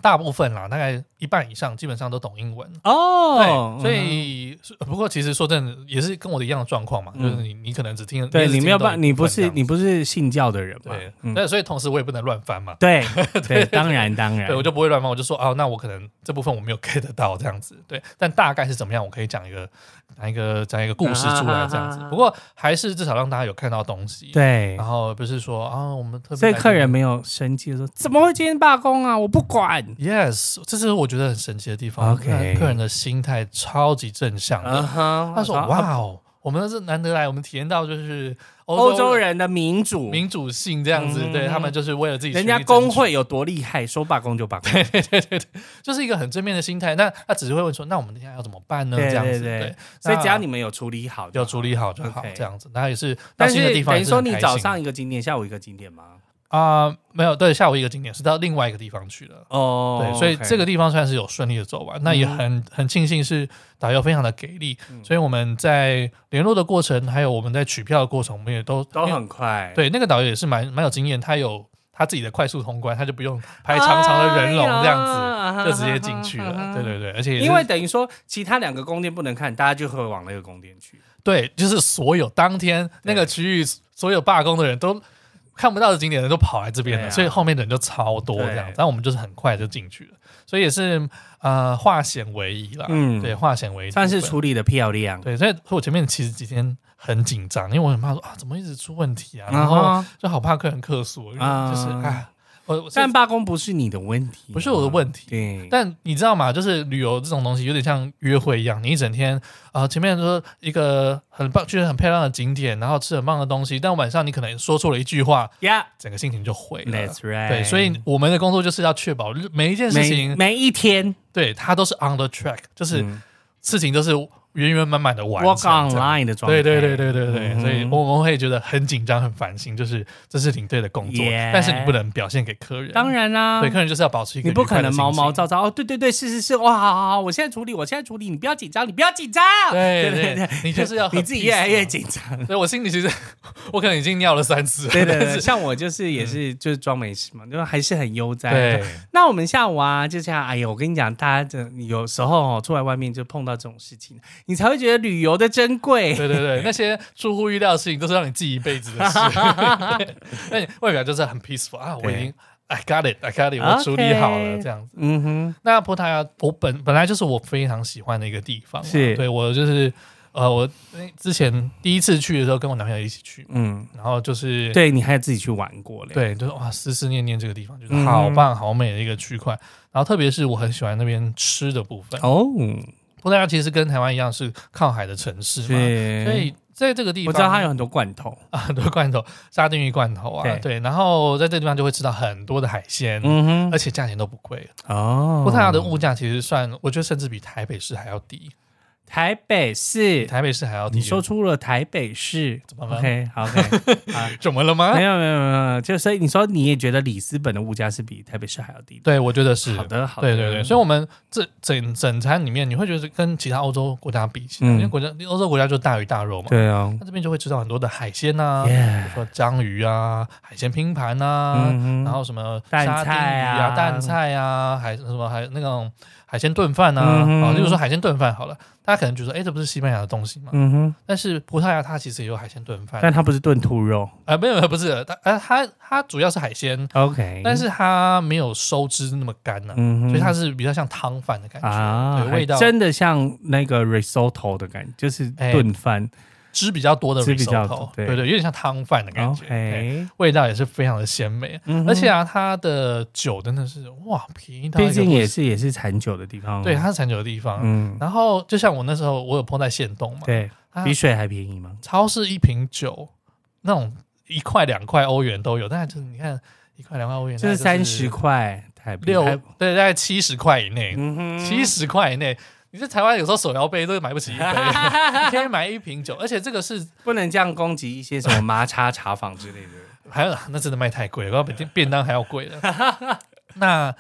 Speaker 1: 大部分啦，大概一半以上基本上都懂英文。
Speaker 2: 哦
Speaker 1: 对，，所以、不过其实说真的，也是跟我的一样的状况嘛，
Speaker 2: 嗯
Speaker 1: 就是你你可能只听
Speaker 2: 对你没有办，你不
Speaker 1: 也
Speaker 2: 是
Speaker 1: 只
Speaker 2: 你
Speaker 1: 听
Speaker 2: 不是信教的人嘛
Speaker 1: 到一？半这样
Speaker 2: 嗯
Speaker 1: 对，但所以同时我也不能乱翻嘛，
Speaker 2: 对 对，当然当然
Speaker 1: 对，我就不会乱翻，我就说哦，那我可能这部分我没有 get 到这样子，对，但大概是怎么样，我可以讲一个讲一个讲一个故事出来这样子
Speaker 3: 啊，
Speaker 1: 不过还是至少让大家有看到东西，，
Speaker 2: 对
Speaker 1: 然。后不是说啊，我们特别
Speaker 2: 所以
Speaker 1: 来
Speaker 2: 客人没有生气地说：“怎么会今天罢工啊？我不管。
Speaker 1: Yes，这是我觉得很神奇的地方。
Speaker 2: OK
Speaker 1: 那客人的心态超级正向的。
Speaker 3: 哼
Speaker 1: 他说：“
Speaker 2: 啊
Speaker 1: 哇哦，我们是难得来，我们体验到就是
Speaker 2: 欧洲人的民主，
Speaker 1: 民主性这样子，
Speaker 2: 嗯
Speaker 1: 对他们就是为了自己，
Speaker 2: 人家 工，会有多厉害，说罢工就罢工。
Speaker 1: 就是一个很正面的心态。那他只是会问说，那我们现在要怎么办呢？
Speaker 2: 对
Speaker 1: 这样子，
Speaker 2: 对对
Speaker 1: 对，
Speaker 2: 所以只要
Speaker 1: 那
Speaker 2: 你们有处理好就
Speaker 1: 有
Speaker 2: 好，
Speaker 1: 处理好就好，
Speaker 2: OK
Speaker 1: 这样子。那也是，
Speaker 2: 但
Speaker 1: 到新的
Speaker 2: 是
Speaker 1: 地方
Speaker 2: 等
Speaker 1: 也
Speaker 2: 于
Speaker 1: 是
Speaker 2: 说
Speaker 1: 很
Speaker 2: 你
Speaker 1: 开
Speaker 2: 早
Speaker 1: 心
Speaker 2: 上一个景点，下午一个景点吗？
Speaker 1: 啊，没有，对，下午一个景点是到另外一个地方去了。”
Speaker 2: 哦
Speaker 1: 对，所以
Speaker 2: OK 嗯
Speaker 1: 这个地方算是有顺利的走完，那也很很庆幸是导游非常的给力，所以我们在联络的过程，还有我们在取票的过程，我们也都
Speaker 2: 都很快，
Speaker 1: 对。那个导游也是蛮蛮有经验，他有他自己的快速通关，他就不用排长长的人龙这样子，
Speaker 3: 样
Speaker 1: 就直接进去
Speaker 2: 嗯
Speaker 1: 了。对对对，而且也是
Speaker 2: 哎因为等于说其他两个宫殿不能看，大家就会往那个宫殿去。
Speaker 1: 对，就是所有当天那个区域所有罢工的人都。看不到的景点的人都跑来这边了，
Speaker 2: 对啊
Speaker 1: 所以后面的人就超多这样
Speaker 2: 对
Speaker 1: 子，但我们就是很快就进去了，所以也是呃化险为夷啦，
Speaker 2: 嗯
Speaker 1: 啊对，化险为夷，
Speaker 2: 算是处理的漂亮。
Speaker 1: 对，所以所以我前面其实几天很紧张，因为我很怕说啊，怎么一直出问题啊，然
Speaker 2: 然
Speaker 1: 后
Speaker 2: 后，
Speaker 1: 就好怕客人客诉，因为就是
Speaker 2: 啊
Speaker 1: 啊，我我
Speaker 2: 但
Speaker 1: 但
Speaker 2: 罢工不是你的问题，啊
Speaker 1: 不是我的问题
Speaker 2: 对，
Speaker 1: 但你知道吗？就是旅游这种东西有点像约会一样，你一整天啊、呃前面说一个很棒、觉得很漂亮的景点，然后吃很棒的东西，但晚上你可能说错了一句话，
Speaker 2: 呀
Speaker 1: 整个心情就毁了
Speaker 2: ，That's。right。
Speaker 1: 对，所以我们的工作就是要确保每一件事
Speaker 2: 哎每
Speaker 1: 情，
Speaker 2: 每一天
Speaker 1: 对它都是 on the track，就是
Speaker 2: 嗯
Speaker 1: 事情都是圆圆满满的完
Speaker 2: work
Speaker 1: 成这样子
Speaker 2: online 的状态，
Speaker 1: 对对对对对对，
Speaker 2: 嗯
Speaker 1: 所以我们会觉得很紧张、很烦心，就是这是领队的工作
Speaker 2: Yeah，
Speaker 1: 但是你不能表现给客人。
Speaker 2: 当，然啦，
Speaker 1: 对客人就是要保持一个
Speaker 2: 你不
Speaker 1: 愉快
Speaker 2: 可
Speaker 1: 的
Speaker 2: 能毛
Speaker 1: 心情
Speaker 2: 毛。躁躁哦，对对对，是是是，哇，好好好，我现在处理，我现在处理，你不要紧张，你不要紧张，
Speaker 1: 对
Speaker 2: 对
Speaker 1: 对，你就是要很
Speaker 2: 你自己越来
Speaker 1: peace
Speaker 2: 越
Speaker 1: 嘛。
Speaker 2: 紧 张。
Speaker 1: 对我心里其实我可能已经尿了三次了，
Speaker 2: 对对
Speaker 1: 但
Speaker 2: 对，
Speaker 1: 是
Speaker 2: 像我就是也是就是装没事嘛，就还是很悠哉。
Speaker 1: 嗯对，
Speaker 2: 那我们下午啊，就这样，哎呀，我跟你讲，大家这有时候哦，出来外面就碰到这种事情，你才会觉得旅游的珍贵。
Speaker 1: 对对对，那些出乎预料的事情都是让你记一辈子 的事。对那你外表就是很 peaceful 啊，我已经 I got it，I got it，我处理好了
Speaker 2: OK
Speaker 1: 这样子。
Speaker 2: 嗯哼，
Speaker 1: 那葡萄牙，我本本来就是我非常喜欢的一个地方啊，
Speaker 2: 是
Speaker 1: 对我就是呃，我诶之前第一次去的时候跟我男朋友一起去，
Speaker 2: 嗯，
Speaker 1: 然后就是
Speaker 2: 对你还自己去玩过嘞。，
Speaker 1: 对，就是哇，思思念念这个地方，就是
Speaker 2: 嗯
Speaker 1: 好棒好美的一个区块。然后特别是我很喜欢那边吃的部分，
Speaker 2: 哦，
Speaker 1: 葡萄牙其实跟台湾一样是靠海的城市嘛，
Speaker 2: 对，
Speaker 1: 所以在这个地方，
Speaker 2: 我知道它有很多罐头。
Speaker 1: 啊很多罐头，沙丁鱼罐头啊，
Speaker 2: 对
Speaker 1: 对，然后在这地方就会吃到很多的海鲜，
Speaker 2: 嗯
Speaker 1: 而且价钱都不贵。
Speaker 2: 哼，哦，
Speaker 1: 葡萄牙的物价其实算，我觉得甚至比台北市还要低。
Speaker 2: 台北市
Speaker 1: 比，台北市还要低。
Speaker 2: 你说出了台北市，
Speaker 1: 怎么了
Speaker 2: OK，好，OK，好。
Speaker 1: 怎么了吗
Speaker 2: 没？有没有没有没有，就所以你说你也觉得里斯本的物价是比台北市还要低的？
Speaker 1: 对，我觉得是
Speaker 2: 好。的好的，嗯
Speaker 1: 对对对，所以我们这整整餐里面，你会觉得跟其他欧洲国家比起来，
Speaker 2: 嗯
Speaker 1: 因为国家欧洲国家就大鱼大肉嘛，
Speaker 2: 对嗯啊
Speaker 1: 那这边就会吃到很多的海鲜呐，比如
Speaker 2: ，Yeah，
Speaker 1: 说章鱼啊、海鲜拼盘呐，
Speaker 2: 嗯哼
Speaker 1: 然后什么
Speaker 2: 蛋
Speaker 1: 沙丁
Speaker 2: 菜
Speaker 1: 鱼啊、
Speaker 2: 啊
Speaker 1: 蛋菜啊、海什么海那种海鲜炖饭
Speaker 2: 嗯哼
Speaker 1: 啊，啊，例如说海鲜炖饭好了，大家可能觉得哎，这不是西班牙的东西嘛？
Speaker 2: 嗯哼，
Speaker 1: 但是葡萄牙它其实也有海鲜炖饭，
Speaker 2: 但它不是炖兔肉
Speaker 1: 啊，没有没有不是，它呃它它主要是海鲜，
Speaker 2: ，OK，
Speaker 1: 但是它没有收汁那么干呢、
Speaker 2: 嗯哼，
Speaker 1: 所以它是比较像汤饭的感觉，
Speaker 2: 啊，
Speaker 1: 对
Speaker 2: 还
Speaker 1: 味道
Speaker 2: 真的像那个 risotto 的感觉，就是
Speaker 1: 哎
Speaker 2: 炖饭
Speaker 1: 汁比较多的
Speaker 2: 汁比较
Speaker 1: risotto，
Speaker 2: 多
Speaker 1: 对
Speaker 2: 对
Speaker 1: 对，有点像汤饭的感觉对
Speaker 2: ，OK，
Speaker 1: 味道也是非常的鲜美。
Speaker 2: 嗯哼
Speaker 1: 而且啊，它的酒真的是哇，便宜到一个
Speaker 2: 毕
Speaker 1: 不
Speaker 2: 竟也
Speaker 1: 行
Speaker 2: 是也是产酒的地方，啊
Speaker 1: 对，它是产酒的地方。
Speaker 2: 嗯，
Speaker 1: 然后就像我那时候，我有碰在现东嘛，
Speaker 2: 对
Speaker 1: 它
Speaker 2: 比水还便宜吗？
Speaker 1: 超市一瓶酒那种一块两块欧元都有，但是就是你看一块两块欧元，
Speaker 2: 就
Speaker 1: 大概
Speaker 2: 是三十块台币，
Speaker 1: 六
Speaker 2: 还
Speaker 1: 对，大概七十块以内，
Speaker 2: 嗯哼，
Speaker 1: 七十块以内，你在台湾有时候手摇杯都买不起一 杯，你可以买一瓶酒，而且这个是
Speaker 2: 不能这样攻击一些什么麻叉茶坊之类的。
Speaker 1: 还有那真的卖太贵了，比便便当还要贵了。 那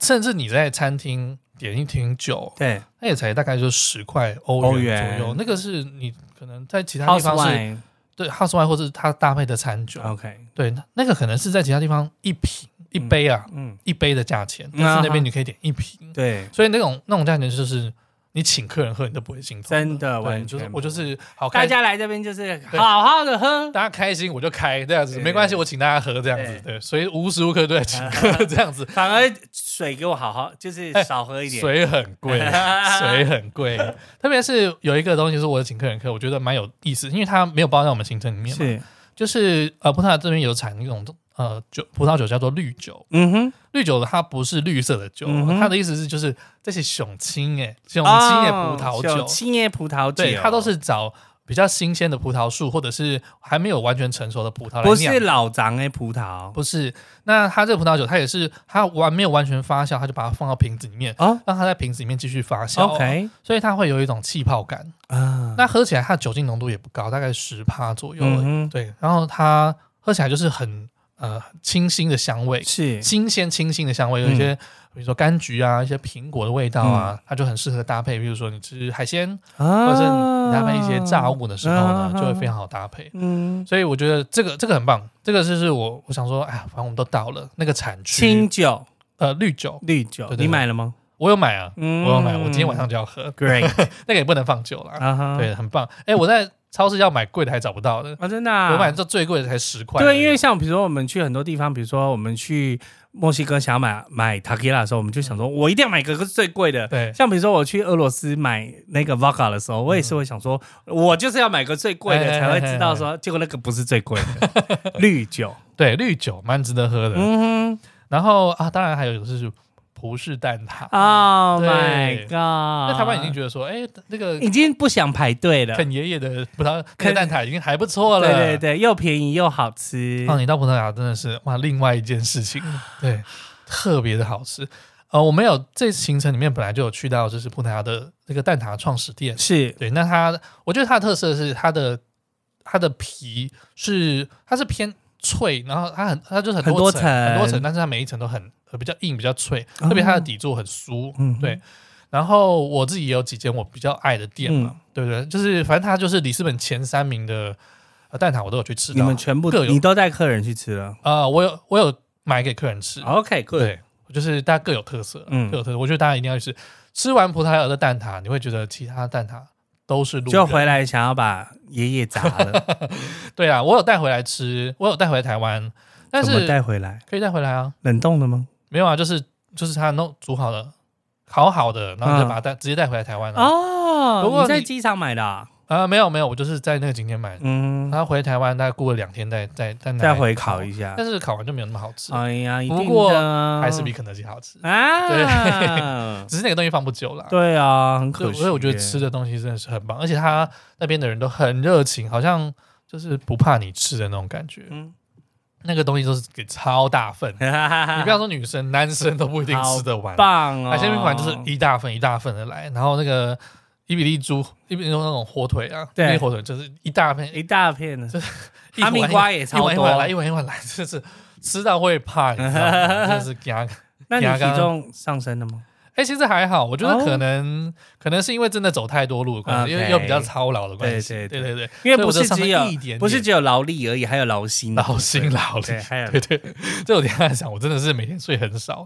Speaker 1: 甚至你在餐厅点一瓶酒，
Speaker 2: 对
Speaker 1: 那也才大概就十块欧
Speaker 2: 欧
Speaker 1: 元
Speaker 2: 元
Speaker 1: 左右，那个是你可能在其他地
Speaker 2: ，House
Speaker 1: 方是
Speaker 2: Wine 哦
Speaker 1: 对 house wine 或者它搭配的餐酒，
Speaker 2: OK，
Speaker 1: 对，那那个可能是在其他地方一瓶一杯啊，
Speaker 2: 嗯，
Speaker 1: 一杯的价钱，
Speaker 2: 嗯
Speaker 1: 但是那
Speaker 2: 啊哈
Speaker 1: 边你可以点一瓶，
Speaker 2: 对，
Speaker 1: 所以那种那种价钱就是你请客人喝你都不会心痛，
Speaker 2: 真的
Speaker 1: 对，
Speaker 2: 完
Speaker 1: 啊就是
Speaker 2: 全
Speaker 1: 我就是好
Speaker 2: 大
Speaker 1: 开
Speaker 2: 家来这边就是好好的喝，
Speaker 1: 大家开心我就开这样子，
Speaker 2: 对
Speaker 1: 没关系，我请大家喝这样子
Speaker 2: 对，
Speaker 1: 对，所以无时无刻都在 请客这样子，
Speaker 2: 反而水给我好好，就是
Speaker 1: 哎
Speaker 2: 少喝一点。
Speaker 1: 水很贵， 水很贵，特别是有一个东西是我请客人喝，我觉得蛮有意思，因为它没有包在我们行程里面嘛，
Speaker 2: 是，
Speaker 1: 就是呃葡萄牙这边有产那种呃酒葡萄酒叫做绿酒，
Speaker 2: 嗯哼，
Speaker 1: 绿酒的它不是绿色的酒，
Speaker 2: 嗯哼
Speaker 1: 它的意思是就是这些雄青哎雄青的葡萄酒，
Speaker 2: 哦青叶哦葡萄酒，
Speaker 1: 对，它都是找比较新鲜的葡萄树，或者是还没有完全成熟的葡萄来酿。
Speaker 2: 不是老长的葡萄
Speaker 1: 不是，那它这个葡萄酒，它也是它完没有完全发酵，它就把它放到瓶子里面，
Speaker 2: 哦
Speaker 1: 让它在瓶子里面继续发酵。
Speaker 2: ，OK
Speaker 1: 所以它会有一种气泡感。
Speaker 2: 啊，
Speaker 1: 那喝起来它酒精浓度也不高，大概十帕左右而已。
Speaker 2: 嗯哼
Speaker 1: 对，然后它喝起来就是很呃清新的香味，
Speaker 2: 是嗯
Speaker 1: 新鲜清新的香味，有一些、比如说柑橘啊，一些苹果的味道啊，它就很适合搭配。比如说你吃海鲜，
Speaker 2: 啊
Speaker 1: 或者是你搭配一些炸，物的时候呢，
Speaker 2: 啊
Speaker 1: 就会非常好搭配。
Speaker 2: 嗯，
Speaker 1: 所以我觉得这个这个很棒，这个就是我我想说，哎呀，反正我们都到了那个产区，
Speaker 2: 清酒、
Speaker 1: 呃绿酒，
Speaker 2: 绿酒，
Speaker 1: 对对对
Speaker 2: 你买了吗？
Speaker 1: 我有买啊，
Speaker 2: 嗯
Speaker 1: 我有买，我今天晚上就要喝，
Speaker 2: Great
Speaker 1: 那个也不能放久了，
Speaker 2: 啊哈，
Speaker 1: 对，很棒。哎，我在超市要买贵的还找不到的，
Speaker 2: 啊，真的啊，
Speaker 1: 我买这最贵的才十块而已，
Speaker 2: 对，因为像比如说我们去很多地方，比如说我们去墨西哥想要买买 tequila 的时候，我们就想说，我一定要买一个最贵的。
Speaker 1: 嗯对
Speaker 2: 像比如说我去俄罗斯买那个 vodka 的时候，我也是会想说，我就是要买个最贵的，
Speaker 1: 嗯哎哎哎
Speaker 2: 才会知道说，结果那个不是最贵的 绿酒。
Speaker 1: 对绿酒蛮值得喝的。
Speaker 2: 嗯
Speaker 1: 然后啊，当然还有就是葡式蛋挞
Speaker 2: 哼，Oh my
Speaker 1: 嗯对
Speaker 2: god！
Speaker 1: 在
Speaker 2: 那
Speaker 1: 台湾已经觉得说，哎，那个
Speaker 2: 已经不想排队了。
Speaker 1: 肯爷爷的葡萄啃蛋挞已经还不错了，
Speaker 2: 对对对，又便宜又好吃。
Speaker 1: 啊，你到葡萄牙真的是哇，另外一件事情，对，特别的好吃。呃，我们有这次行程里面本来就有去到，就是葡萄牙的那个蛋挞创始店。
Speaker 2: 是
Speaker 1: 对，那它，我觉得它的特色是它的它的皮是它是偏脆，然后它很它就是很
Speaker 2: 很
Speaker 1: 多
Speaker 2: 多
Speaker 1: 层
Speaker 2: 层
Speaker 1: 很多层，但是它每一层都很呃比较硬，比较脆，
Speaker 2: 哦
Speaker 1: 特别它的底座很酥。
Speaker 2: 嗯哼
Speaker 1: 对。然后我自己也有几间我比较爱的店嘛，
Speaker 2: 嗯
Speaker 1: 对不对？就是反正它就是里斯本前三名的呃蛋挞，我都有去吃到。
Speaker 2: 你们全部
Speaker 1: 各有
Speaker 2: 你都带客人去吃了。
Speaker 1: 啊，我有我有买给客人吃，
Speaker 2: OK，good。
Speaker 1: 对，就是大家各有特色，
Speaker 2: 哦嗯
Speaker 1: 各有特色。我觉得大家一定要去吃。吃完葡萄牙的蛋挞，你会觉得其他蛋挞都是路
Speaker 2: 就
Speaker 1: 人。
Speaker 2: 回来想要把爷爷砸 了，
Speaker 1: 对啊，我有带回来吃，我有带回来台湾，但
Speaker 2: 怎么
Speaker 1: 是
Speaker 2: 带回来？
Speaker 1: 可以带回来啊，
Speaker 2: 冷冻的吗？
Speaker 1: 没有啊，就是就是他弄煮好了，烤好的，然后你就
Speaker 2: 嗯
Speaker 1: 把它带、直接带回来台湾啊。
Speaker 2: 哦，
Speaker 1: 不过
Speaker 2: 你在
Speaker 1: 你
Speaker 2: 机场买的啊、
Speaker 1: 啊，没有没有，我就是在那个景点买的，
Speaker 2: 嗯，
Speaker 1: 他回台湾大概过了两天再再再拿来
Speaker 2: 再回烤一下
Speaker 1: 但。是烤完就没有那么好吃，
Speaker 2: 哎呀，一
Speaker 1: 不
Speaker 2: 定
Speaker 1: 过
Speaker 2: 的啊
Speaker 1: 还是比肯德基好吃，
Speaker 2: 啊，
Speaker 1: 只是那个东西放不久啦。
Speaker 2: 对啊，很
Speaker 1: 对，
Speaker 2: 可惜耶。
Speaker 1: 所以我觉得 吃的东西真的是很棒，而且他那边的人都很热情，好像就是不怕你吃的那种感觉。
Speaker 2: 嗯，，
Speaker 1: 那个东西都是给超大份
Speaker 2: 你
Speaker 1: 你不要说女生，男生都不一定吃得完。
Speaker 2: 棒哦，
Speaker 1: 海鲜面馆就是一大份一大份的来，然后那个伊比利猪，伊比利猪那种火腿啊，
Speaker 2: 对
Speaker 1: 伊比利火腿就是一大片，
Speaker 2: 一大片的，
Speaker 1: 一碗
Speaker 2: 哈密瓜也超
Speaker 1: 一碗一碗
Speaker 2: 多
Speaker 1: 来，一碗一碗来，真是吃到会怕，你知 道吗？真的是给他。
Speaker 2: 那你
Speaker 1: 牙膏
Speaker 2: 体重上升了吗？
Speaker 1: 哎、其实还好，我觉得
Speaker 2: 哦
Speaker 1: 可能、可能是因为真的走太多路的关系，因为
Speaker 2: OK
Speaker 1: 又比较操劳的关系，
Speaker 2: 对
Speaker 1: 对
Speaker 2: 对
Speaker 1: 对对，
Speaker 2: 因
Speaker 1: 所以
Speaker 2: 为不
Speaker 1: 我
Speaker 2: 是
Speaker 1: 就上
Speaker 2: 只
Speaker 1: 了
Speaker 2: 有
Speaker 1: 一点点
Speaker 2: 不是只有劳力而已，还有劳心，
Speaker 1: 劳心劳力，
Speaker 2: 对，还 有
Speaker 1: 对对，这我等一下讲，我真的是每天睡很少。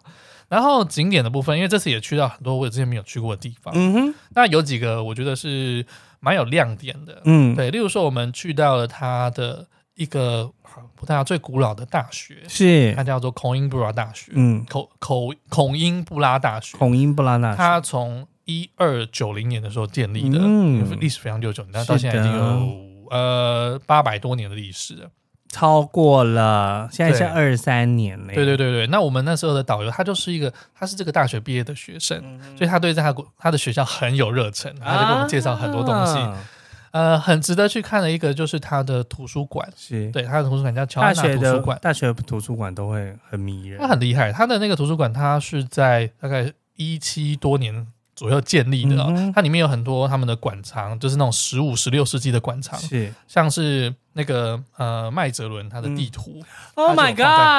Speaker 1: 然后景点的部分，因为这次也去到很多我之前没有去过的地方，
Speaker 2: 嗯哼，
Speaker 1: 那有几个我觉得是蛮有亮点的，
Speaker 2: 嗯，
Speaker 1: 对，例如说我们去到了它的一个好葡萄牙最古老的大学，
Speaker 2: 是
Speaker 1: 它，叫做 Coimbra 大学，
Speaker 2: 嗯，
Speaker 1: 口口孔英布拉大学，
Speaker 2: 孔英布拉纳，
Speaker 1: 它从一二九零年的时候建立的，
Speaker 2: 嗯
Speaker 1: 历史非常悠久，那
Speaker 2: 是
Speaker 1: 到现在已经
Speaker 2: 的
Speaker 1: 有呃八百多年的历史了。
Speaker 2: 超过了，现在是
Speaker 1: 对
Speaker 2: 二三年嘞，
Speaker 1: 对对对对，那我们那时候的导游，他就是一个，他是这个大学毕业的学生，所以他对在他国他的学校很有热忱，他就给我们介绍很多东西，
Speaker 2: 啊
Speaker 1: 呃，很值得去看的一个就是他的图书馆，
Speaker 2: 是
Speaker 1: 对，他的图书馆叫乔
Speaker 2: 大
Speaker 1: 安娜
Speaker 2: 学
Speaker 1: 图
Speaker 2: 的
Speaker 1: 书馆，
Speaker 2: 大学图书馆都会很迷人
Speaker 1: 他。很厉害，他的那个图书馆，他是在大概一七多年左右建立的、哦
Speaker 2: 嗯哼
Speaker 1: 它里面有很多他们的馆藏，就是那种十五、十六世纪的馆藏，
Speaker 2: 是
Speaker 1: 像是那个呃麦哲伦他的地图，
Speaker 2: ，Oh
Speaker 1: 它
Speaker 2: my
Speaker 1: 就有放在里面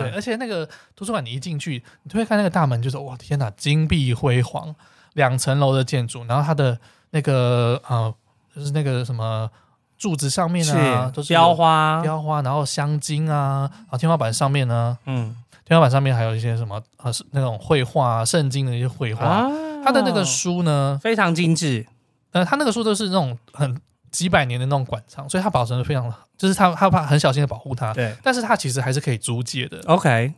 Speaker 1: 对，
Speaker 2: God，
Speaker 1: 而且那个图书馆你一进去，你就会看那个大门，就是哇天哪，金碧辉煌，两层楼的建筑，然后它的那个呃，就是那个什么柱子上面啊，都是有
Speaker 2: 雕花，
Speaker 1: 雕花，然后镶金啊，然后天花板上面呢、
Speaker 2: 嗯
Speaker 1: 天花板上面还有一些什么呃是那种绘画、啊、圣经的一些绘画。
Speaker 2: 啊，
Speaker 1: 它的那个书呢，
Speaker 2: 非常精致，
Speaker 1: 呃，它那个书都是那种很几百年的那种馆藏，所以它保存的非常，好，就是它它怕很小心的保护它，
Speaker 2: 对
Speaker 1: 但是它其实还是可以租借的。
Speaker 2: ，OK，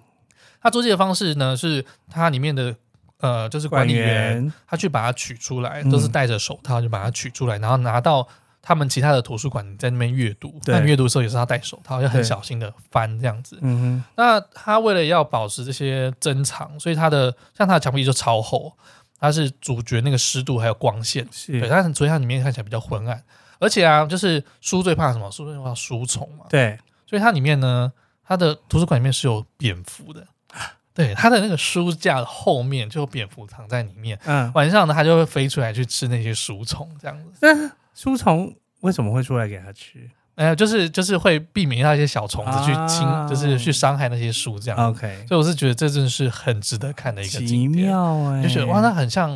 Speaker 1: 它租借的方式呢，是它里面的呃，就是管理员，他去把它取出来，
Speaker 2: 嗯
Speaker 1: 都是戴着手套就把它取出来，然后拿到他们其他的图书馆在那边阅读。
Speaker 2: 对
Speaker 1: 那你阅读的时候也是他戴手套，要很
Speaker 2: 对
Speaker 1: 小心的翻这样子。
Speaker 2: 嗯
Speaker 1: 那他为了要保持这些珍藏，所以他的像他的墙壁就超厚，它是主角那个湿度还有光线
Speaker 2: 哼，，
Speaker 1: 对，
Speaker 2: 是，
Speaker 1: 它很所以它里面看起来比较昏暗。而且啊，就是书最怕什么？书最怕书虫嘛。
Speaker 2: 对，
Speaker 1: 所以它里面呢，它的图书馆里面是有蝙蝠的，对，它的那个书架的后面就有蝙蝠藏在里面。
Speaker 2: 嗯，
Speaker 1: 晚上呢，它就会飞出来去吃那些书虫，这样子，
Speaker 2: 那书虫为什么会出来给他吃
Speaker 1: 呃，就是就是会避免那些小虫子去侵，
Speaker 2: 啊
Speaker 1: 就是去伤害那些书啊这样子。
Speaker 2: ？OK，
Speaker 1: 所以我是觉得这真的是很值得看的一个
Speaker 2: 奇
Speaker 1: 景点，
Speaker 2: 妙哎，
Speaker 1: 就觉得哇，那很像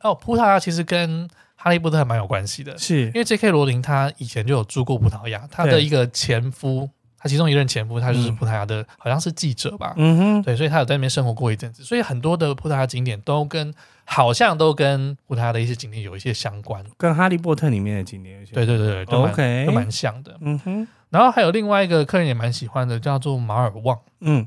Speaker 1: 哦，葡萄牙其实跟哈利波特还蛮有关系的，
Speaker 2: 是
Speaker 1: 因为 J.K. 罗琳她以前就有住过葡萄牙，她的
Speaker 2: 对
Speaker 1: 一个前夫，她其中一任前夫，他就是
Speaker 2: 嗯
Speaker 1: 葡萄牙的，好像是记者吧，
Speaker 2: 嗯哼，
Speaker 1: 对，所以他有在那边生活过一阵子，所以很多的葡萄牙景点都跟好像都跟葡萄牙的一些景点有一些相关。
Speaker 2: 跟《哈利波特》里面的景点有些
Speaker 1: 对对对对，都蛮
Speaker 2: OK
Speaker 1: 都蛮像的。
Speaker 2: 嗯哼，
Speaker 1: 然后还有另外一个客人也蛮喜欢的，叫做马尔旺。
Speaker 2: 嗯，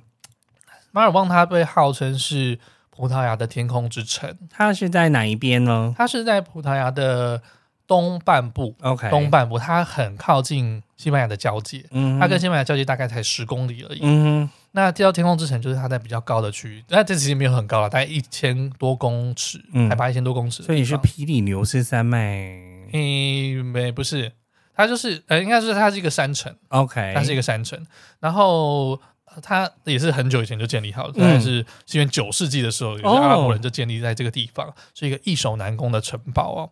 Speaker 1: 马尔旺它被号称是葡萄牙的天空之城，
Speaker 2: 它是在哪一边呢
Speaker 1: 它是在葡萄牙的东半部，
Speaker 2: ？OK，
Speaker 1: 东，半部它很靠近西班牙的交界，
Speaker 2: 嗯哼，
Speaker 1: 它跟西班牙交界大概才十公里而已。
Speaker 2: 嗯哼，
Speaker 1: 那叫天空之城就是它在比较高的区域，那这其实没有很高了，大概一千多公尺，
Speaker 2: 嗯
Speaker 1: 海拔一千多公尺的地方。
Speaker 2: 所以是霹雳牛斯山脉
Speaker 1: 嗯，没不是，它就是呃，应该是它是一个山城，
Speaker 2: ，OK，
Speaker 1: 它是一个山城，然后呃它也是很久以前就建立好的，
Speaker 2: 嗯
Speaker 1: 大概是西元九世纪的时候，有些
Speaker 2: 哦
Speaker 1: 阿拉伯人就建立在这个地方，是一个易守难攻的城堡哦。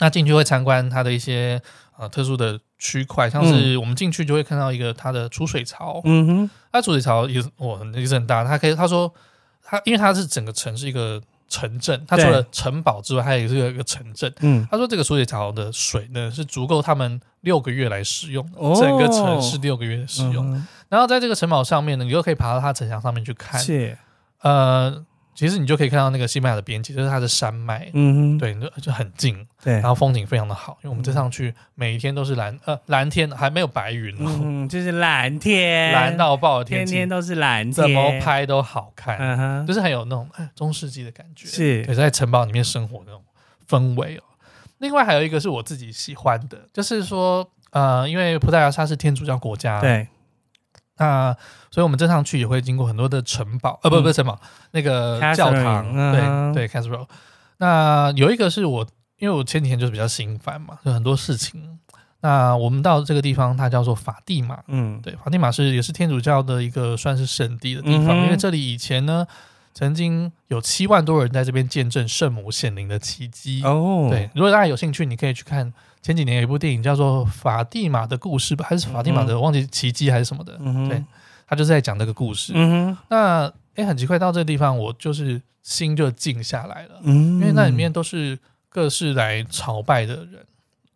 Speaker 1: 那进去会参观它的一些呃特殊的区块，像是我们进去就会看到一个它的储水槽，
Speaker 2: 嗯哼，
Speaker 1: 它储水槽也是我也是很大，它可以他说它因为它是整个城是一个城镇，它除
Speaker 2: 对
Speaker 1: 了城堡之外，它也是有一个城镇。
Speaker 2: 嗯，
Speaker 1: 他说这个储水槽的水呢是足够他们六个月来使用的，
Speaker 2: 哦
Speaker 1: 整个城市六个月使用。
Speaker 2: 嗯
Speaker 1: 然后在这个城堡上面呢，你又可以爬到它城墙上面去
Speaker 2: 哼
Speaker 1: 看，
Speaker 2: 是，
Speaker 1: 呃，其实你就可以看到那个西班牙的边界，就是它的山脉。
Speaker 2: 嗯哼，
Speaker 1: 对，你就就很近，
Speaker 2: 对
Speaker 1: 然，后风景非常的好，因为我们
Speaker 2: 嗯
Speaker 1: 这上去每一天都是蓝呃蓝天，还没有白云哦，
Speaker 2: 嗯，就是蓝天，
Speaker 1: 蓝到爆的
Speaker 2: 天
Speaker 1: 天气，
Speaker 2: 嗯天都是蓝天，
Speaker 1: 怎么？拍都好看，
Speaker 2: 嗯哼，
Speaker 1: 就是很有那种哎中世纪的感觉，
Speaker 2: 是
Speaker 1: 对，在城堡里面生活的那种氛围哦。另外还有一个是我自己喜欢的，就是说，呃，因为葡萄牙它是天主教国家，，
Speaker 2: 对，
Speaker 1: 那所以我们正常去也会经过很多的城堡，呃，不
Speaker 2: 嗯
Speaker 1: 不是城堡，那个
Speaker 2: Catherine，
Speaker 1: 教堂，
Speaker 2: 嗯
Speaker 1: 对对 c a t h e r a l 那有一个是我，因为我前几天就是比较心烦嘛，就很多事情。那我们到这个地方，它叫做法蒂玛，
Speaker 2: 嗯，
Speaker 1: 对，法蒂玛是也是天主教的一个算是圣地的地方，
Speaker 2: 嗯哼
Speaker 1: 因为这里以前呢，曾经有七万多人在这边见证圣母显灵的奇迹。
Speaker 2: 哦，
Speaker 1: 对，，如果大家有兴趣，你可以去看前几年有一部电影叫做《法蒂玛的故事》吧，还是法蒂玛的、忘记奇迹还是什么的，
Speaker 2: 嗯哼，
Speaker 1: 对，他就是在讲这个故事。
Speaker 2: 嗯哼，
Speaker 1: 那诶，很奇怪，到这个地方我就是心就静下来了，
Speaker 2: 嗯，
Speaker 1: 因为那里面都是各式来朝拜的人。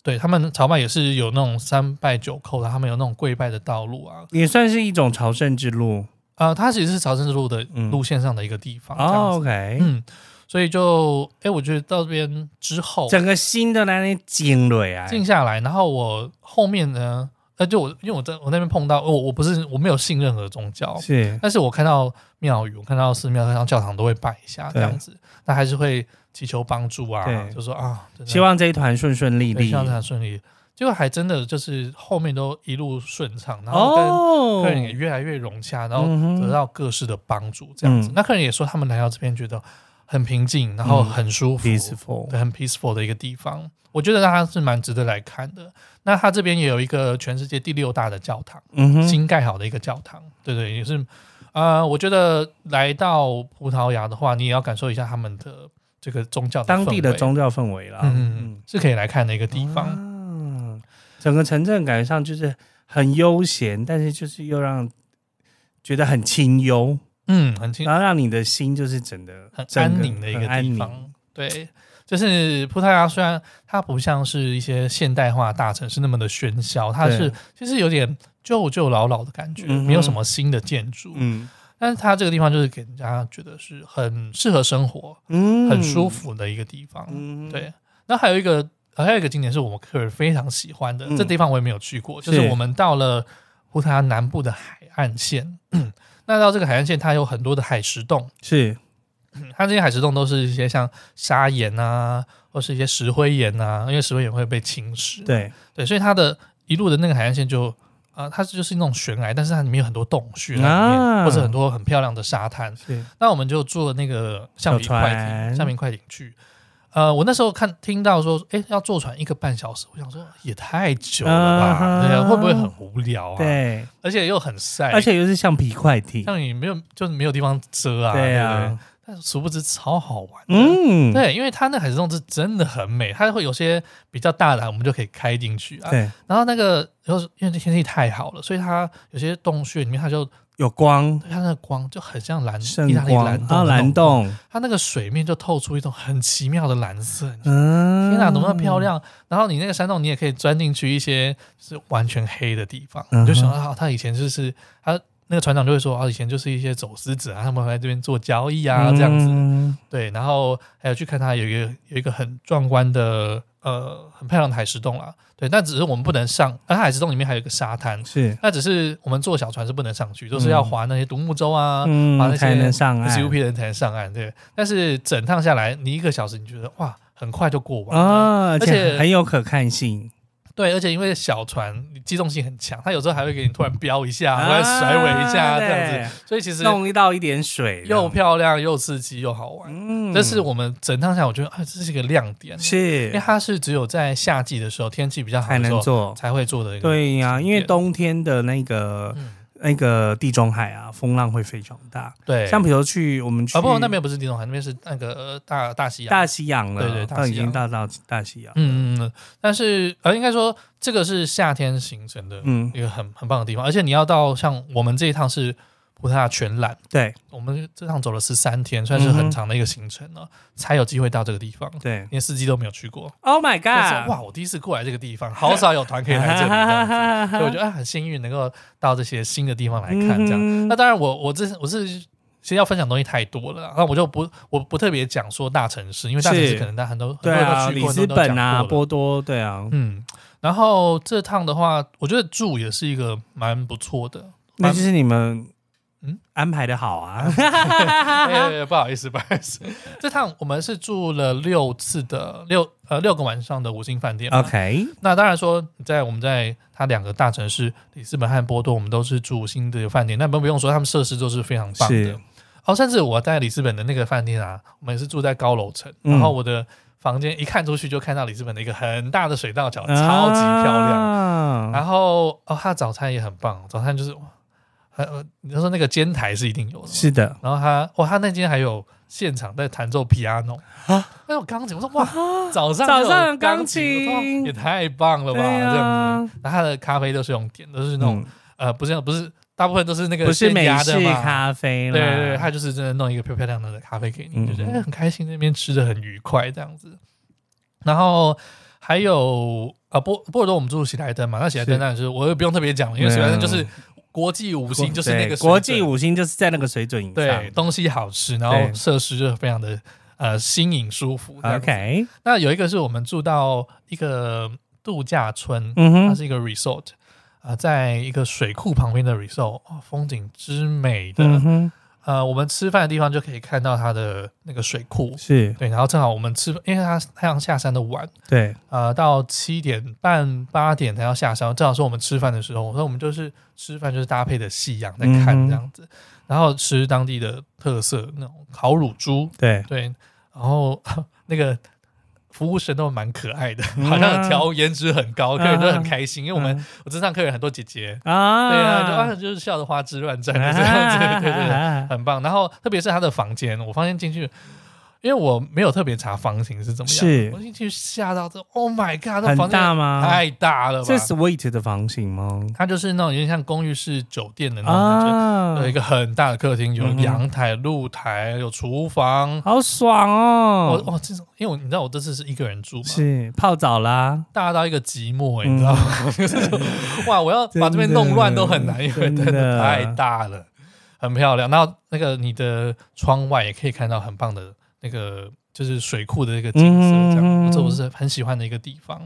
Speaker 1: 对他们朝拜也是有那种三拜九叩的，他们有那种跪拜的道路啊，
Speaker 2: 嗯也算是一种朝圣之路。
Speaker 1: 呃，它其实是朝圣之路的
Speaker 2: 嗯
Speaker 1: 路线上的一个地方，这样
Speaker 2: 哦
Speaker 1: 子，
Speaker 2: ，OK，
Speaker 1: 嗯，所以就，哎、我觉得到这边之后
Speaker 2: 整个新的那里景蕊啊，
Speaker 1: 静下来，然后我后面呢，呃，就我因为我在我那边碰到，我我不是我没有信任何宗教，
Speaker 2: 是，
Speaker 1: 但是我看到庙宇，我看到寺庙、看到教堂都会拜一下这
Speaker 2: 对
Speaker 1: 样子，那还是会祈求帮助啊，
Speaker 2: 对
Speaker 1: 就说啊，真的
Speaker 2: 希望这一团顺顺利
Speaker 1: 对
Speaker 2: 利
Speaker 1: 希。望他顺利，结果还真的就是后面都一路顺畅，然后跟
Speaker 2: 哦
Speaker 1: 客，人也越来越融洽，然后
Speaker 2: 嗯哼
Speaker 1: 得到各式的帮助，这样子。
Speaker 2: 嗯
Speaker 1: 那客人也说，他们来到这边觉得很平静，然后很舒服，
Speaker 2: peaceful，
Speaker 1: 对，很 peaceful 的一个地方。我觉得它是蛮值得来看的。那它这边也有一个全世界第六大的教堂，
Speaker 2: 嗯哼，
Speaker 1: 新盖好的一个教堂，对对，也是。呃，我觉得来到葡萄牙的话，你也要感受一下他们的这个宗教
Speaker 2: 当地的
Speaker 1: 氛围，
Speaker 2: 宗教氛围啦。
Speaker 1: 嗯嗯，是可以来看的一个地方。
Speaker 2: 嗯，啊整个城镇感觉上就是很悠闲，但是就是又让觉得很清幽，
Speaker 1: 嗯，很清
Speaker 2: 然后让你的心就是整的
Speaker 1: 很
Speaker 2: 整
Speaker 1: 安宁的一个
Speaker 2: 很安
Speaker 1: 地
Speaker 2: 宁
Speaker 1: 方。对，就是葡萄牙，虽然它不像是一些现代化大城市那么的喧嚣，它
Speaker 2: 对
Speaker 1: 是其实有点旧旧老老的感觉，
Speaker 2: 嗯哼
Speaker 1: 没有什么新的建筑。
Speaker 2: 嗯
Speaker 1: 但是它这个地方就是给人家觉得是很适合生活、
Speaker 2: 嗯
Speaker 1: 很舒，服的一个地方。
Speaker 2: 嗯，
Speaker 1: 对，那还有一个还有一个景点是我们客人非常喜欢的，
Speaker 2: 嗯
Speaker 1: 这地方我也没有去过，就是
Speaker 2: 是
Speaker 1: 我们到了葡萄牙南部的海岸线。 那到这个海岸线，它有很多的海石洞，
Speaker 2: 是，
Speaker 1: 它这些海石洞都是一些像砂岩啊，或是一些石灰岩啊，因为石灰岩会被侵蚀。
Speaker 2: 对，
Speaker 1: 对，所以它的一路的那个海岸线就啊、呃它就是那种悬崖，但是它里面有很多洞穴在里面，
Speaker 2: 啊
Speaker 1: 或者很多很漂亮的沙滩。
Speaker 2: 是，
Speaker 1: 那我们就坐那个橡皮
Speaker 2: 小船
Speaker 1: 快艇，橡皮快艇去。呃，我那时候看听到说，诶，要坐船一个半小时，我想说也太久了吧，
Speaker 2: 啊哈
Speaker 1: 对啊，会不会很无聊啊？，
Speaker 2: 对，
Speaker 1: 而且又很晒，
Speaker 2: 而且又是橡皮快艇，
Speaker 1: 像你没有就是没有地方遮啊，
Speaker 2: 对
Speaker 1: 对不
Speaker 2: 啊
Speaker 1: 对，，但殊不知超好玩的，
Speaker 2: 嗯，
Speaker 1: 对，因为它那海石洞是真的很美，它会有些比较大的，我们就可以开进去啊。
Speaker 2: 对，
Speaker 1: 然后那个，然后因为天气太好了，所以它有些洞穴里面，它就
Speaker 2: 有光，
Speaker 1: 它那个光就很像蓝
Speaker 2: 圣
Speaker 1: 意大利
Speaker 2: 光
Speaker 1: 蓝洞
Speaker 2: 啊，
Speaker 1: 的那
Speaker 2: 蓝
Speaker 1: 种
Speaker 2: 洞，
Speaker 1: 它那个水面就透出一种很奇妙的蓝色，你知道吗
Speaker 2: 嗯，
Speaker 1: 天哪，多么漂，亮！然后你那个山洞，你也可以钻进去一些是完全黑的地方，
Speaker 2: 嗯哼
Speaker 1: 你就想到啊，他以前就是他那个船长就会说啊，以前就是一些走私者啊，他们会来这边做交易啊，
Speaker 2: 嗯
Speaker 1: 这样子。
Speaker 2: 子，
Speaker 1: 对，然后还有去看它有一个有一个很壮观的呃很漂亮的海石洞啦。对，那只是我们不能上，而海石洞里面还有一个沙滩，
Speaker 2: 是，
Speaker 1: 那只是我们坐小船是不能上去，就是要划那些独木舟啊，
Speaker 2: 嗯
Speaker 1: 把那，些
Speaker 2: 才能上岸
Speaker 1: SUP 的人才能上岸，对。但是整趟下来，你一个小时，你觉得哇，很快就过完了。
Speaker 2: 啊，而
Speaker 1: 而
Speaker 2: 且
Speaker 1: 且
Speaker 2: 很有可看性，
Speaker 1: 对，而且因为小船你机动性很强，它有时候还会给你突然飙一下，突然甩尾一下
Speaker 2: 啊
Speaker 1: 这样
Speaker 2: 子，
Speaker 1: 子，所以其实
Speaker 2: 啊弄一到一点水，
Speaker 1: 又漂亮又刺激又好玩。
Speaker 2: 嗯
Speaker 1: 这是我们整趟下来，我觉得啊，这是一个亮点，因为
Speaker 2: 是
Speaker 1: 它是只有在夏季的时候天气比较好
Speaker 2: 才
Speaker 1: 的时
Speaker 2: 能
Speaker 1: 候
Speaker 2: 做，
Speaker 1: 才会做的一个。
Speaker 2: 对呀，因为
Speaker 1: 点
Speaker 2: 冬天的那个
Speaker 1: 嗯
Speaker 2: 那个地中海啊，风浪会非常大，
Speaker 1: 对，
Speaker 2: 像比如去我们去
Speaker 1: 啊，不过那边不是地中海，那边是那个呃大大西洋。
Speaker 2: 大西洋了，
Speaker 1: 对对大
Speaker 2: 到
Speaker 1: 西
Speaker 2: 已经
Speaker 1: 洋
Speaker 2: 到到大西洋，
Speaker 1: 嗯嗯嗯，但是呃，应该说这个是夏天行程的
Speaker 2: 嗯，
Speaker 1: 一个很很棒的地方，而且你要到像我们这一趟是葡萄牙全览，
Speaker 2: 对
Speaker 1: 我们这趟走了十三天，算是
Speaker 2: 嗯哼
Speaker 1: 很长的一个行程了，才有机会到这个地方，
Speaker 2: 对
Speaker 1: 连司机都没有去过。
Speaker 2: ，Oh my
Speaker 1: 但是
Speaker 2: God，
Speaker 1: 哇，我第一次过来这个地方，好少有团可以来这里这样子， 所以我觉得啊很幸运能够到这些新的地方来看这样。
Speaker 2: 嗯哼
Speaker 1: 那当然我，我这我是其实要分享的东西太多了，那我就不我不特别讲说大城市，因为大城市
Speaker 2: 是
Speaker 1: 可能大家很多很多
Speaker 2: 对
Speaker 1: 人
Speaker 2: 啊，
Speaker 1: 都去
Speaker 2: 里
Speaker 1: 过，
Speaker 2: 斯本啊，
Speaker 1: 很多人都讲过了
Speaker 2: 波多，对啊，
Speaker 1: 嗯，然后这趟的话，我觉得住也是一个蛮不错的。
Speaker 2: 那就是你们嗯
Speaker 1: 嗯
Speaker 2: 安排的好啊，
Speaker 1: 哎哎哎不好意思，不好意思，这趟我们是住了六次的六呃六个晚上的五星饭店 嘛。
Speaker 2: OK，
Speaker 1: 那当然说，在我们在它两个大城市里斯本和波多，我们都是住新的饭店，那不用说，他们设施都是非常棒
Speaker 2: 是
Speaker 1: 的。哦，甚至我在里斯本的那个饭店啊，我们是住在高楼层，
Speaker 2: 嗯
Speaker 1: 然后我的房间一看出去就看到里斯本的一个很大的水道
Speaker 2: 啊
Speaker 1: 桥，啊超级漂亮。
Speaker 2: 亮
Speaker 1: 然后哦，它早餐也很棒，早餐就是哇，还呃，你说那个煎台是一定有的嘛，
Speaker 2: 是的，
Speaker 1: 然后他哇，他那间还有现场在弹奏 piano 啊，还有钢琴。我说哇，早上就有
Speaker 2: 啊早上有钢
Speaker 1: 钢
Speaker 2: 琴
Speaker 1: 我说哇也太棒了吧，
Speaker 2: 对啊
Speaker 1: 这样子。然后他的咖啡都是用点，都是那种、
Speaker 2: 嗯
Speaker 1: 呃，不是不是，大部分都是那个
Speaker 2: 不是
Speaker 1: 现
Speaker 2: 美
Speaker 1: 压的
Speaker 2: 式
Speaker 1: 嘛。
Speaker 2: 咖啡
Speaker 1: 对
Speaker 2: 啦，
Speaker 1: 对对，他就是真的弄一个漂漂亮亮的咖啡给你，
Speaker 2: 嗯
Speaker 1: 就是哎很开心，那边吃的很愉快这样子。然后还有啊，波波尔多我们住喜来登嘛，那喜来登
Speaker 2: 是
Speaker 1: 当然就是我也不用特别讲，因为喜来登就是国际五星，就是那
Speaker 2: 对
Speaker 1: 个
Speaker 2: 国
Speaker 1: 水准
Speaker 2: 际五星就是在那个水准以
Speaker 1: 对，
Speaker 2: 上。
Speaker 1: 东西好吃，然
Speaker 2: 对
Speaker 1: 后设施就非常的呃新颖舒服。这样子
Speaker 2: OK，
Speaker 1: 那有一个是我们住到一个度假村，
Speaker 2: 嗯
Speaker 1: 它
Speaker 2: 哼，
Speaker 1: 是一个 resort 啊、呃在一个水库旁边的 resort，、哦、风景之美的。
Speaker 2: 嗯哼，
Speaker 1: 呃，我们吃饭的地方就可以看到它的那个水库。
Speaker 2: 是
Speaker 1: 对，然后正好我们吃，因为它太阳下山的晚，
Speaker 2: 对，
Speaker 1: 呃，到七点半八点才要下山，正好是我们吃饭的时候，所以我们就是吃饭就是搭配的夕阳在
Speaker 2: 嗯
Speaker 1: 看
Speaker 2: 哼
Speaker 1: 这样子，然后吃当地的特色那种烤乳猪，
Speaker 2: 对，
Speaker 1: 对，然后 那个服务生都蛮可爱的，
Speaker 2: 嗯
Speaker 1: 好像调颜值很高，客人都很开心，因为我们、我这上客人很多姐姐，
Speaker 2: 啊，
Speaker 1: 对啊，就啊就是笑得花
Speaker 2: 嗯
Speaker 1: 枝乱颤的这样子，对对对，很棒。然后特别是他的房间，我发现进去。因为我没有特别查房型是怎么样，
Speaker 2: 是
Speaker 1: 我进去吓到这，Oh my god，这
Speaker 2: 很
Speaker 1: 房间
Speaker 2: 大吗
Speaker 1: 太大了吧？
Speaker 2: 这是 wait 的房型吗？
Speaker 1: 它就是那种有点像公寓式酒店的那种感觉，
Speaker 2: 啊
Speaker 1: 有一，个很大的客厅，有
Speaker 2: 嗯哼
Speaker 1: 阳台、露台，有厨房。
Speaker 2: 好爽
Speaker 1: 我
Speaker 2: 哦！
Speaker 1: 哦，这种，因为我你知道我这次是一个人住嘛，
Speaker 2: 是泡澡啦，
Speaker 1: 大到一个寂寞、欸，
Speaker 2: 嗯
Speaker 1: 你知道吗？ 就是哇，我要把这边弄乱都很难，因为
Speaker 2: 真的
Speaker 1: 真的太大了，很漂亮。然后那个你的窗外也可以看到很棒的那个，就是水库的那个景色，这样，
Speaker 2: 嗯
Speaker 1: 这我是很喜欢的一个地方。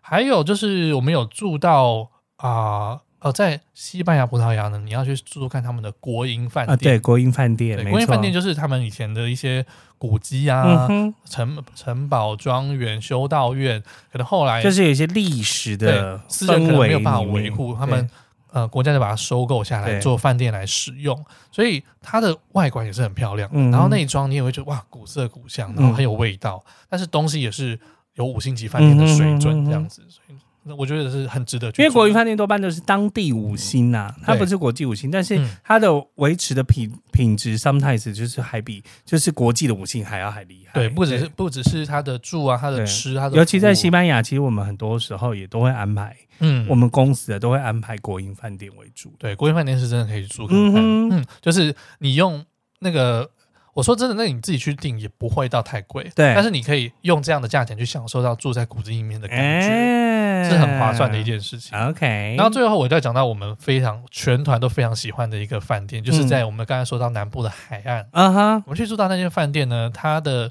Speaker 1: 还有就是我们有住到啊。呃，在西班牙、葡萄牙呢，你要去住住看他们的国营饭
Speaker 2: 啊，
Speaker 1: 店。
Speaker 2: 对，国营饭店，没
Speaker 1: 国营饭店
Speaker 2: 就
Speaker 1: 就是他们以前的一些古迹啊
Speaker 2: 嗯、哼，
Speaker 1: 城城堡、庄园、修道院，可能后来
Speaker 2: 就是有一些历史的
Speaker 1: 对私人可
Speaker 2: 氛
Speaker 1: 能
Speaker 2: 围
Speaker 1: 没有办法
Speaker 2: 里面
Speaker 1: 维护，
Speaker 2: 对
Speaker 1: 他们呃国家就把它收购下来
Speaker 2: 对
Speaker 1: 做饭店来使用，所以它的外观也是很漂亮的。
Speaker 2: 嗯
Speaker 1: 然后内装你也会觉得哇，古色古香，然后
Speaker 2: 嗯嗯
Speaker 1: 很有味道，但是东西也是有五星级饭店的水准这样子，所以那我觉得是很值得去嗯住。
Speaker 2: 因为国营饭店多半都是当地五星呐、它
Speaker 1: 对
Speaker 2: 不是国际五星，但是
Speaker 1: 嗯
Speaker 2: 它的维持的品品质，sometimes 就是还比就是国际的五星还要还厉害。
Speaker 1: 对，不只是不只是它的住啊，它的
Speaker 2: 哎对
Speaker 1: 吃，它的
Speaker 2: 尤其在西
Speaker 1: 班
Speaker 2: 班牙，其实我们很多时候也都会安排，
Speaker 1: 嗯
Speaker 2: 我们公司的都会安排国营饭店为主。
Speaker 1: 对，国营饭店是真的可以住看
Speaker 2: 嗯
Speaker 1: 看。
Speaker 2: 哼
Speaker 1: 嗯就是你用那个，我说真的，那你自己去订也不会到太贵。
Speaker 2: 对
Speaker 1: 但是你可以用这样的价钱去享受到住在古迹里面的感觉，
Speaker 2: 哎
Speaker 1: 是很划算的一。件事情。
Speaker 2: OK，
Speaker 1: 然后最后，我再讲到我们非常全团都非常喜欢的一个饭店，就是
Speaker 2: 嗯
Speaker 1: 在我们刚才说到南部的海岸。
Speaker 2: 啊哈，
Speaker 1: 我们去住到那间饭店呢，它的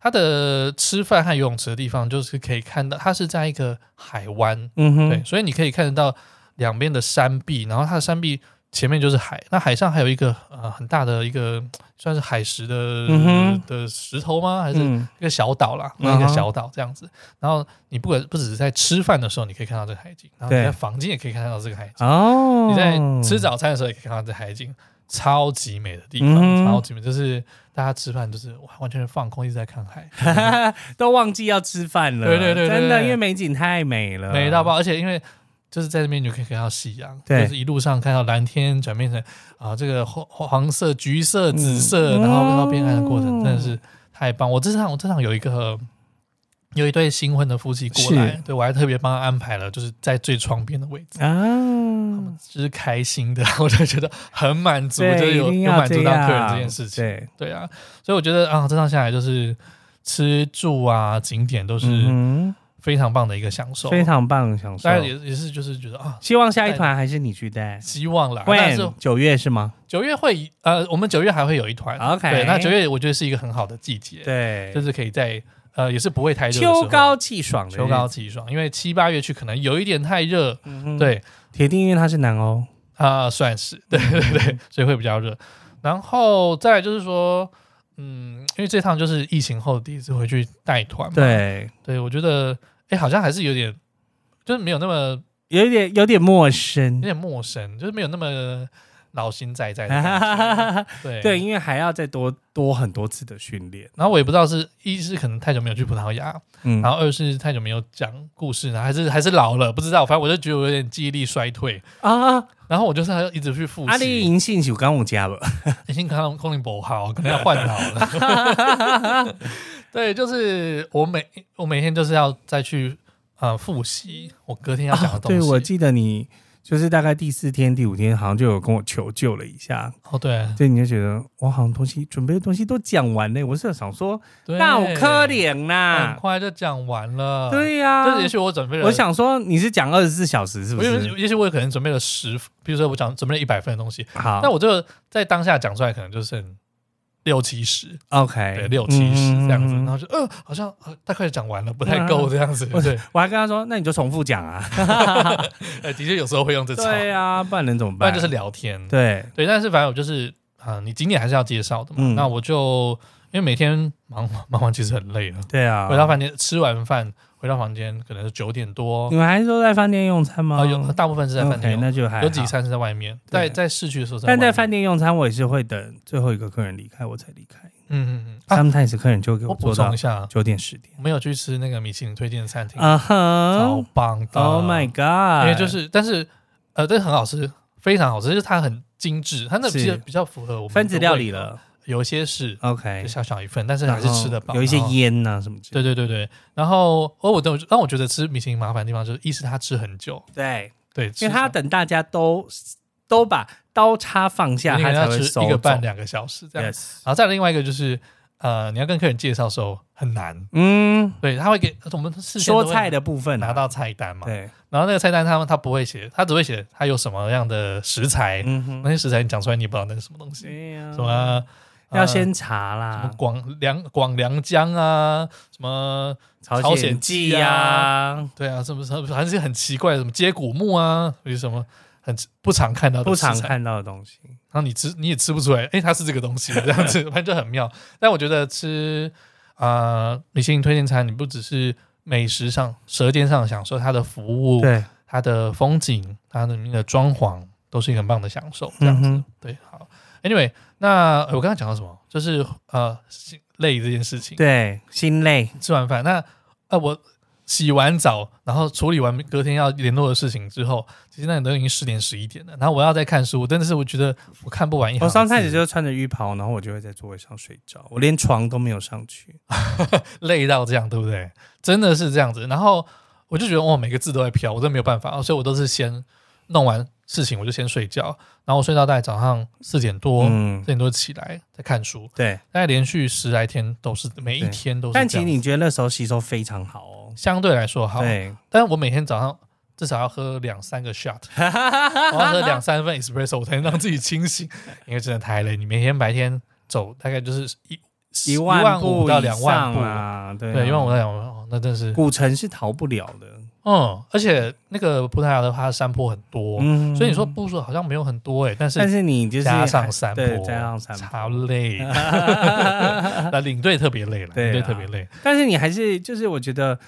Speaker 1: 它的吃饭和游泳池的地方，就是可以看到它是在一个海湾，
Speaker 2: 嗯哼，
Speaker 1: 对，所以你可以看得到两边的山壁，然后它的山壁前面就是海，那海上还有一个呃很大的一个算是海石的、
Speaker 2: 嗯哼
Speaker 1: 的石头吗？还是
Speaker 2: 嗯
Speaker 1: 一个小岛啦，
Speaker 2: 嗯哼
Speaker 1: 一个小岛这样子。然后你不管不只是在吃饭的时候你可以看到这个海景，然后你
Speaker 2: 对
Speaker 1: 在房间也可以看到这个海景，
Speaker 2: 哦，
Speaker 1: 你在吃早餐的时候也可以看到这海景。超级美的地方，
Speaker 2: 嗯哼
Speaker 1: 超级美，就是大家吃饭就是哇完全是放空，一直在看海，
Speaker 2: 都忘记要吃饭了。
Speaker 1: 对对对对
Speaker 2: 真的，
Speaker 1: 对
Speaker 2: 因为美景太美了，
Speaker 1: 美到爆！而且因为就是在那边，你就可以看到夕阳，
Speaker 2: 呃对
Speaker 1: 就是一路上看到蓝天转变成啊、这个黄黄色、橘色、紫色，
Speaker 2: 嗯
Speaker 1: 然后到变暗的过程，
Speaker 2: 哦
Speaker 1: 真的是太棒！我这场我这场有一个有一对新婚的夫妻过来
Speaker 2: 是，
Speaker 1: 对我还特别帮他安排了，就是在最窗边的位置。
Speaker 2: 啊！
Speaker 1: 就是开心的， 我就觉得很满足，
Speaker 2: 对
Speaker 1: 就是有
Speaker 2: 一定
Speaker 1: 有
Speaker 2: 要
Speaker 1: 满足到
Speaker 2: 这样
Speaker 1: 客人这件事情。
Speaker 2: 对，
Speaker 1: 对啊，所以我觉得啊，这趟下来就是吃住啊、景点都是
Speaker 2: 嗯
Speaker 1: 非常棒的一个享受，
Speaker 2: 哼，非常棒，享受
Speaker 1: 大。家也也是就是觉得啊，
Speaker 2: 希望下一团还是你去带。
Speaker 1: 希望啦。但啊是
Speaker 2: When 九月是吗
Speaker 1: 九月会呃，我们九月还会有一团。
Speaker 2: ？OK，
Speaker 1: 对，那九月我觉得是一个很好的季节，，
Speaker 2: 对，
Speaker 1: 就是可以在呃也是不会太热的时候，
Speaker 2: 秋高气爽的日子
Speaker 1: 秋高，气爽，因为七八月去可能有一点太热，
Speaker 2: 嗯，
Speaker 1: 对
Speaker 2: 铁定因为它是南欧，
Speaker 1: 啊、算是 对对对，所以会比较热。然后再来就是说，嗯，因为这趟就是疫情后第一次回去带团嘛，
Speaker 2: 对，
Speaker 1: 对，我觉得哎好像还是有点，就是没有那么
Speaker 2: 有一点有点陌
Speaker 1: 有
Speaker 2: 生，
Speaker 1: 点陌生，就是没有那么老心在在的 感觉，
Speaker 2: 对，
Speaker 1: 对
Speaker 2: 因为还要再多多很多次的训练，
Speaker 1: 然后我也不知道是一是可能太久没有去葡萄牙，
Speaker 2: 嗯
Speaker 1: 然，后二是太久没有讲故事，然后还是还是老了，不知道，反正我就觉得我有点记忆力衰退。
Speaker 2: 啊，
Speaker 1: 然后我就是还要一直去复
Speaker 2: 阿丽
Speaker 1: 习，哎
Speaker 2: 银杏酒刚我家了，
Speaker 1: 已经看到空灵不好，可能要换好了。 对，就是我每我每天就是要再去呃复习我隔天要讲的东西。
Speaker 2: 哦对，我记得你就是大概第四天、第五天，好像就有跟我求救了一下，
Speaker 1: 哦对
Speaker 2: 对，你就觉得我好像东西准备的东西都讲完了，我是想说，
Speaker 1: 对，
Speaker 2: 那我可怜
Speaker 1: 很
Speaker 2: 呐，
Speaker 1: 快就讲完了。，
Speaker 2: 对呀，
Speaker 1: 就是也许我准备了，
Speaker 2: 我。想说你是讲二十四小时是不
Speaker 1: 我以为
Speaker 2: 是？
Speaker 1: 也许我可能准备了十，比如说我讲准备了一百份的东西，
Speaker 2: 好，
Speaker 1: 那我就在当下讲出来，可能就剩六七十，
Speaker 2: OK，
Speaker 1: 对，六七十这样子，
Speaker 2: 嗯嗯
Speaker 1: 然
Speaker 2: 嗯啊
Speaker 1: 后就呃，好像呃大概讲完了，不太够这样 子，
Speaker 2: 我
Speaker 1: 对，
Speaker 2: 我还跟他说，那你就重复 讲啊。
Speaker 1: 呃，的确有时候会用这招，
Speaker 2: 对啊，不然能怎么
Speaker 1: 不然
Speaker 2: 办？
Speaker 1: 就是聊天，
Speaker 2: 对，
Speaker 1: 对，但是反正我就是啊，你景点还是要介绍的嘛，
Speaker 2: 嗯
Speaker 1: 那我就因为每天忙 忙完其实很累了，
Speaker 2: 对啊。
Speaker 1: 回到饭店吃完饭回到房间可能是九点多
Speaker 2: 你，们还是都在饭店用餐吗？
Speaker 1: 啊，有大部分是在饭
Speaker 2: 嗯 OK，
Speaker 1: 店用，
Speaker 2: 那就还好
Speaker 1: 有几。餐是在外面，在
Speaker 2: 对
Speaker 1: 在市区的时候，
Speaker 2: 但在饭
Speaker 1: 店，
Speaker 2: 店用餐，我也是会等最后一个客人离开我才离开。
Speaker 1: 嗯嗯嗯，啊，
Speaker 2: sometimes 客人就给
Speaker 1: 我补
Speaker 2: 做
Speaker 1: 充
Speaker 2: 到
Speaker 1: 一下。啊
Speaker 2: 九点十点。
Speaker 1: 我没有去吃那个米其林推荐的餐厅，
Speaker 2: 啊
Speaker 1: 超
Speaker 2: 哈
Speaker 1: 棒的
Speaker 2: ！Oh my god！
Speaker 1: 因为就是，但是呃，这很好吃，非常好吃，就是它很精致，它那比较
Speaker 2: 是
Speaker 1: 比较符合我们
Speaker 2: 分子料理
Speaker 1: 的胃口，
Speaker 2: 了，
Speaker 1: 有些是
Speaker 2: OK，
Speaker 1: 就小小一份，但是还是吃得饱。
Speaker 2: 有一些
Speaker 1: 然后
Speaker 2: 烟啊呐、什么之类
Speaker 1: 对对对对，然后哦而我都让我觉得吃米其林麻烦的地方就是，一是它吃很久，
Speaker 2: 的。对，
Speaker 1: 对，
Speaker 2: 因
Speaker 1: 吃
Speaker 2: 为他要
Speaker 1: 很久
Speaker 2: 等大家都都把刀叉放下，
Speaker 1: 你
Speaker 2: 他
Speaker 1: 可能要
Speaker 2: 才会
Speaker 1: 吃
Speaker 2: 收
Speaker 1: 一个半
Speaker 2: 走
Speaker 1: 两个小时这样。
Speaker 2: Yes
Speaker 1: 然后再另外一个就是，呃，你要跟客人介绍的时候很难，
Speaker 2: 嗯，
Speaker 1: 对，他会给呃我们事先
Speaker 2: 说菜
Speaker 1: 的
Speaker 2: 的部分啊
Speaker 1: 拿到菜单嘛，
Speaker 2: 对，
Speaker 1: 然后那个菜单他们他不会写，他只会写他有什么样的食材，
Speaker 2: 嗯哼，
Speaker 1: 哎那些食材你讲出来你也不知道那是什么东西，
Speaker 2: 对呀
Speaker 1: 什么
Speaker 2: 要
Speaker 1: 呃
Speaker 2: 先查
Speaker 1: 什么
Speaker 2: 啦，
Speaker 1: 广凉广凉姜啊，什么
Speaker 2: 朝
Speaker 1: 朝
Speaker 2: 鲜
Speaker 1: 鲜啊记
Speaker 2: 记呀，
Speaker 1: 对啊，什么什么反正是很奇怪的，什么接骨木啊，有什么很不常看到的
Speaker 2: 不
Speaker 1: 食材
Speaker 2: 常看到的东西。
Speaker 1: 然后你吃你也吃不出来，哎，它是这个东 西这样子，反正就很妙。但我觉得吃啊，呃米其林推荐餐，你不只是美食上、舌尖上的享受，它的服务、
Speaker 2: 对，
Speaker 1: 它的风景、它的那个装潢，都是一个很棒的享受。这样
Speaker 2: 嗯
Speaker 1: 子，
Speaker 2: 哼，
Speaker 1: 对，好。Anyway，那呃我刚刚讲到什么？就是呃，心累这件事情。
Speaker 2: 对，心累，
Speaker 1: 吃完饭，那呃，我洗完澡，然后处理完隔天要联络的事情之后，其实那里都已经十点十一点了。然后我要再看书，真的是我觉得我看不完一行
Speaker 2: 我
Speaker 1: 字。
Speaker 2: 刚开始就穿着浴袍，然后我就会在座位上睡着，我连床都没有上去。
Speaker 1: 累到这样，对不对？真的是这样子。然后我就觉得哇，每个字都在飘，我真的没有办法，所以我都是先弄完事情我就先睡觉，然后我睡到大概早上四点多。
Speaker 2: 嗯
Speaker 1: 四，点多起来再看书，
Speaker 2: 对。
Speaker 1: 大概连续十来天都是，每一天都是这样
Speaker 2: 但
Speaker 1: 子。
Speaker 2: 其实你觉得那时候吸收非常好哦。
Speaker 1: 相对来说好，
Speaker 2: 对，
Speaker 1: 但我每天早上至少要喝两三个 shot，我要喝两三份 espresso，我才能让自己清醒，因为真的太累。你每天白天走大概就是一
Speaker 2: 一
Speaker 1: 万
Speaker 2: 步
Speaker 1: 五到两万
Speaker 2: 以
Speaker 1: 步，
Speaker 2: 上啊，对啊，
Speaker 1: 对，一万五到两万，哦那真是，
Speaker 2: 古城是逃不了的。
Speaker 1: 嗯，而且那个葡萄牙的它的山坡很多，
Speaker 2: 嗯
Speaker 1: 所以你说，步数好像没有很多哎、但
Speaker 2: 但
Speaker 1: 是
Speaker 2: 是你就是
Speaker 1: 加上山坡
Speaker 2: 对，，加上山坡
Speaker 1: 超 累，那领队特别累了，
Speaker 2: 对啊
Speaker 1: 领队特别累，
Speaker 2: 但是你还是就是我觉得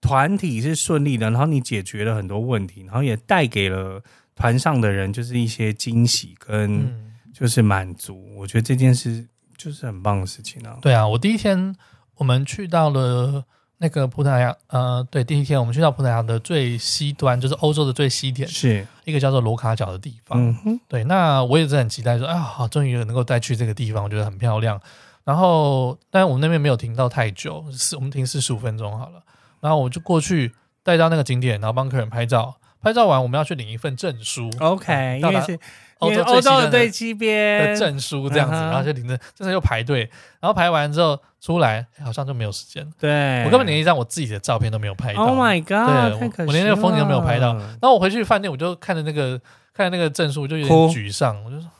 Speaker 2: 团体是顺利的，然后你解决了很多问题，然后也带给了团上的人就是一些惊喜跟
Speaker 1: 嗯。
Speaker 2: 就是满足。我觉得这件事就是很棒的事情啊。
Speaker 1: 对啊，我第一天我们去到了那个葡萄牙，呃，对，第一天我们去到葡萄牙的最西端，就是欧洲的最西点，
Speaker 2: 是，
Speaker 1: 一个叫做罗卡角的地方。
Speaker 2: 嗯哼，
Speaker 1: 对，那我也是很期待说，啊，好，终于能够再去这个地方，我觉得很漂亮。然后，但我们那边没有停到太久，四我们停四十五分钟好了。然后我就过去带到那个景点，然后帮客人拍照。拍照完，我们要去领一份证书
Speaker 2: OK，因
Speaker 1: 到
Speaker 2: 为
Speaker 1: 达
Speaker 2: 是
Speaker 1: 欧
Speaker 2: 哦因
Speaker 1: 洲
Speaker 2: 为欧
Speaker 1: 最西
Speaker 2: 洲的
Speaker 1: 端的
Speaker 2: 对西边
Speaker 1: 的，证书这样子，
Speaker 2: 嗯哼
Speaker 1: 然后就领着，就是又排队，然后排完之后出来，哎好像就没有时间了。
Speaker 2: 对，
Speaker 1: 我根本连一张我自己的照片都没有拍到。
Speaker 2: 哎 Oh my God，
Speaker 1: 对
Speaker 2: 太可惜
Speaker 1: 我我连那个风景都没有拍到
Speaker 2: 了
Speaker 1: 然后我回去饭店，我就看着那个看着那个证书，我就有点
Speaker 2: 哭
Speaker 1: 沮丧，我就说，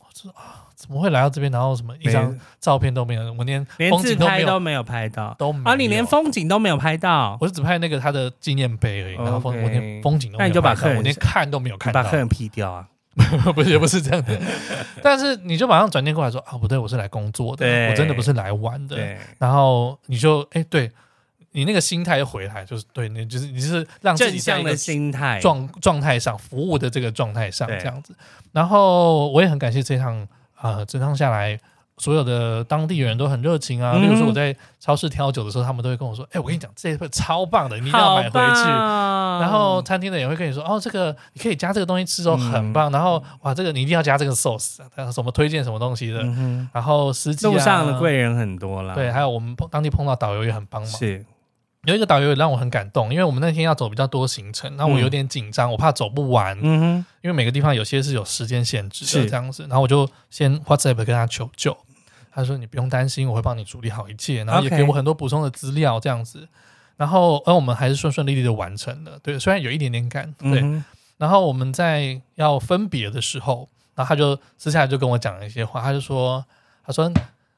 Speaker 1: 我说啊，怎么会来到这边，然后什么一张照片都没有，我连
Speaker 2: 连
Speaker 1: 风
Speaker 2: 自
Speaker 1: 景都
Speaker 2: 拍
Speaker 1: 没
Speaker 2: 都
Speaker 1: 有，
Speaker 2: 没有拍到，
Speaker 1: 都没有
Speaker 2: 啊，你连风景都没有拍到，
Speaker 1: 我就只拍那个他的纪念碑而已，然后风
Speaker 2: OK
Speaker 1: 我连风景都没有拍到，
Speaker 2: 那你就把客人
Speaker 1: 我连看都没有
Speaker 2: 你
Speaker 1: 看
Speaker 2: 把
Speaker 1: 到，
Speaker 2: 客人 P 掉啊。
Speaker 1: 不是也不是这样的， 但是你就马上转念过来说啊，不对，我是来工作的
Speaker 2: 对，
Speaker 1: 我真的不是来玩的，
Speaker 2: 对，
Speaker 1: 然后你就哎、对你那个心态又回来，就是对你就是你是让自
Speaker 2: 正
Speaker 1: 己在一
Speaker 2: 向
Speaker 1: 个
Speaker 2: 的心态，
Speaker 1: 状状态上，服务的这个状态上
Speaker 2: 哎对
Speaker 1: 这样子。然后我也很感谢这趟啊，这趟下来。所有的当地人都很热情啊，
Speaker 2: 嗯
Speaker 1: 例如说我在超市挑酒的时候，他们都会跟我说：“哎、我跟你讲，这一份超棒的，你一定要
Speaker 2: 好
Speaker 1: 买回去。”
Speaker 2: 棒啊
Speaker 1: 然后餐厅的也会跟你说：“哦，这个你可以加这个东西吃哦，
Speaker 2: 嗯
Speaker 1: 很棒。”然后哇，这个你一定要加这个 sauce，啊什么推荐什么东西的。
Speaker 2: 嗯哼
Speaker 1: 然后司机、啊、
Speaker 2: 路上的贵人很多啦，
Speaker 1: 对，还有我们碰当地碰到导游也很帮忙。
Speaker 2: 是
Speaker 1: 有一个导游也让我很感动，因为我们那天要走比较多行程，那我
Speaker 2: 嗯
Speaker 1: 有点紧张，我怕走不完，
Speaker 2: 嗯哼
Speaker 1: 因为每个地方有些是有时间限制
Speaker 2: 是
Speaker 1: 的这样子。然后我就先 WhatsApp 跟他求救，他说你不用担心，我会帮你处理好一切，然后也
Speaker 2: OK
Speaker 1: 给我很多补充的资料这样子。然后，呃而我们还是顺顺利利的完成了，对，虽然有一点点赶，对。
Speaker 2: 嗯哼
Speaker 1: 然后我们在要分别的时候，然后他就私下就跟我讲了一些话，他就说，他说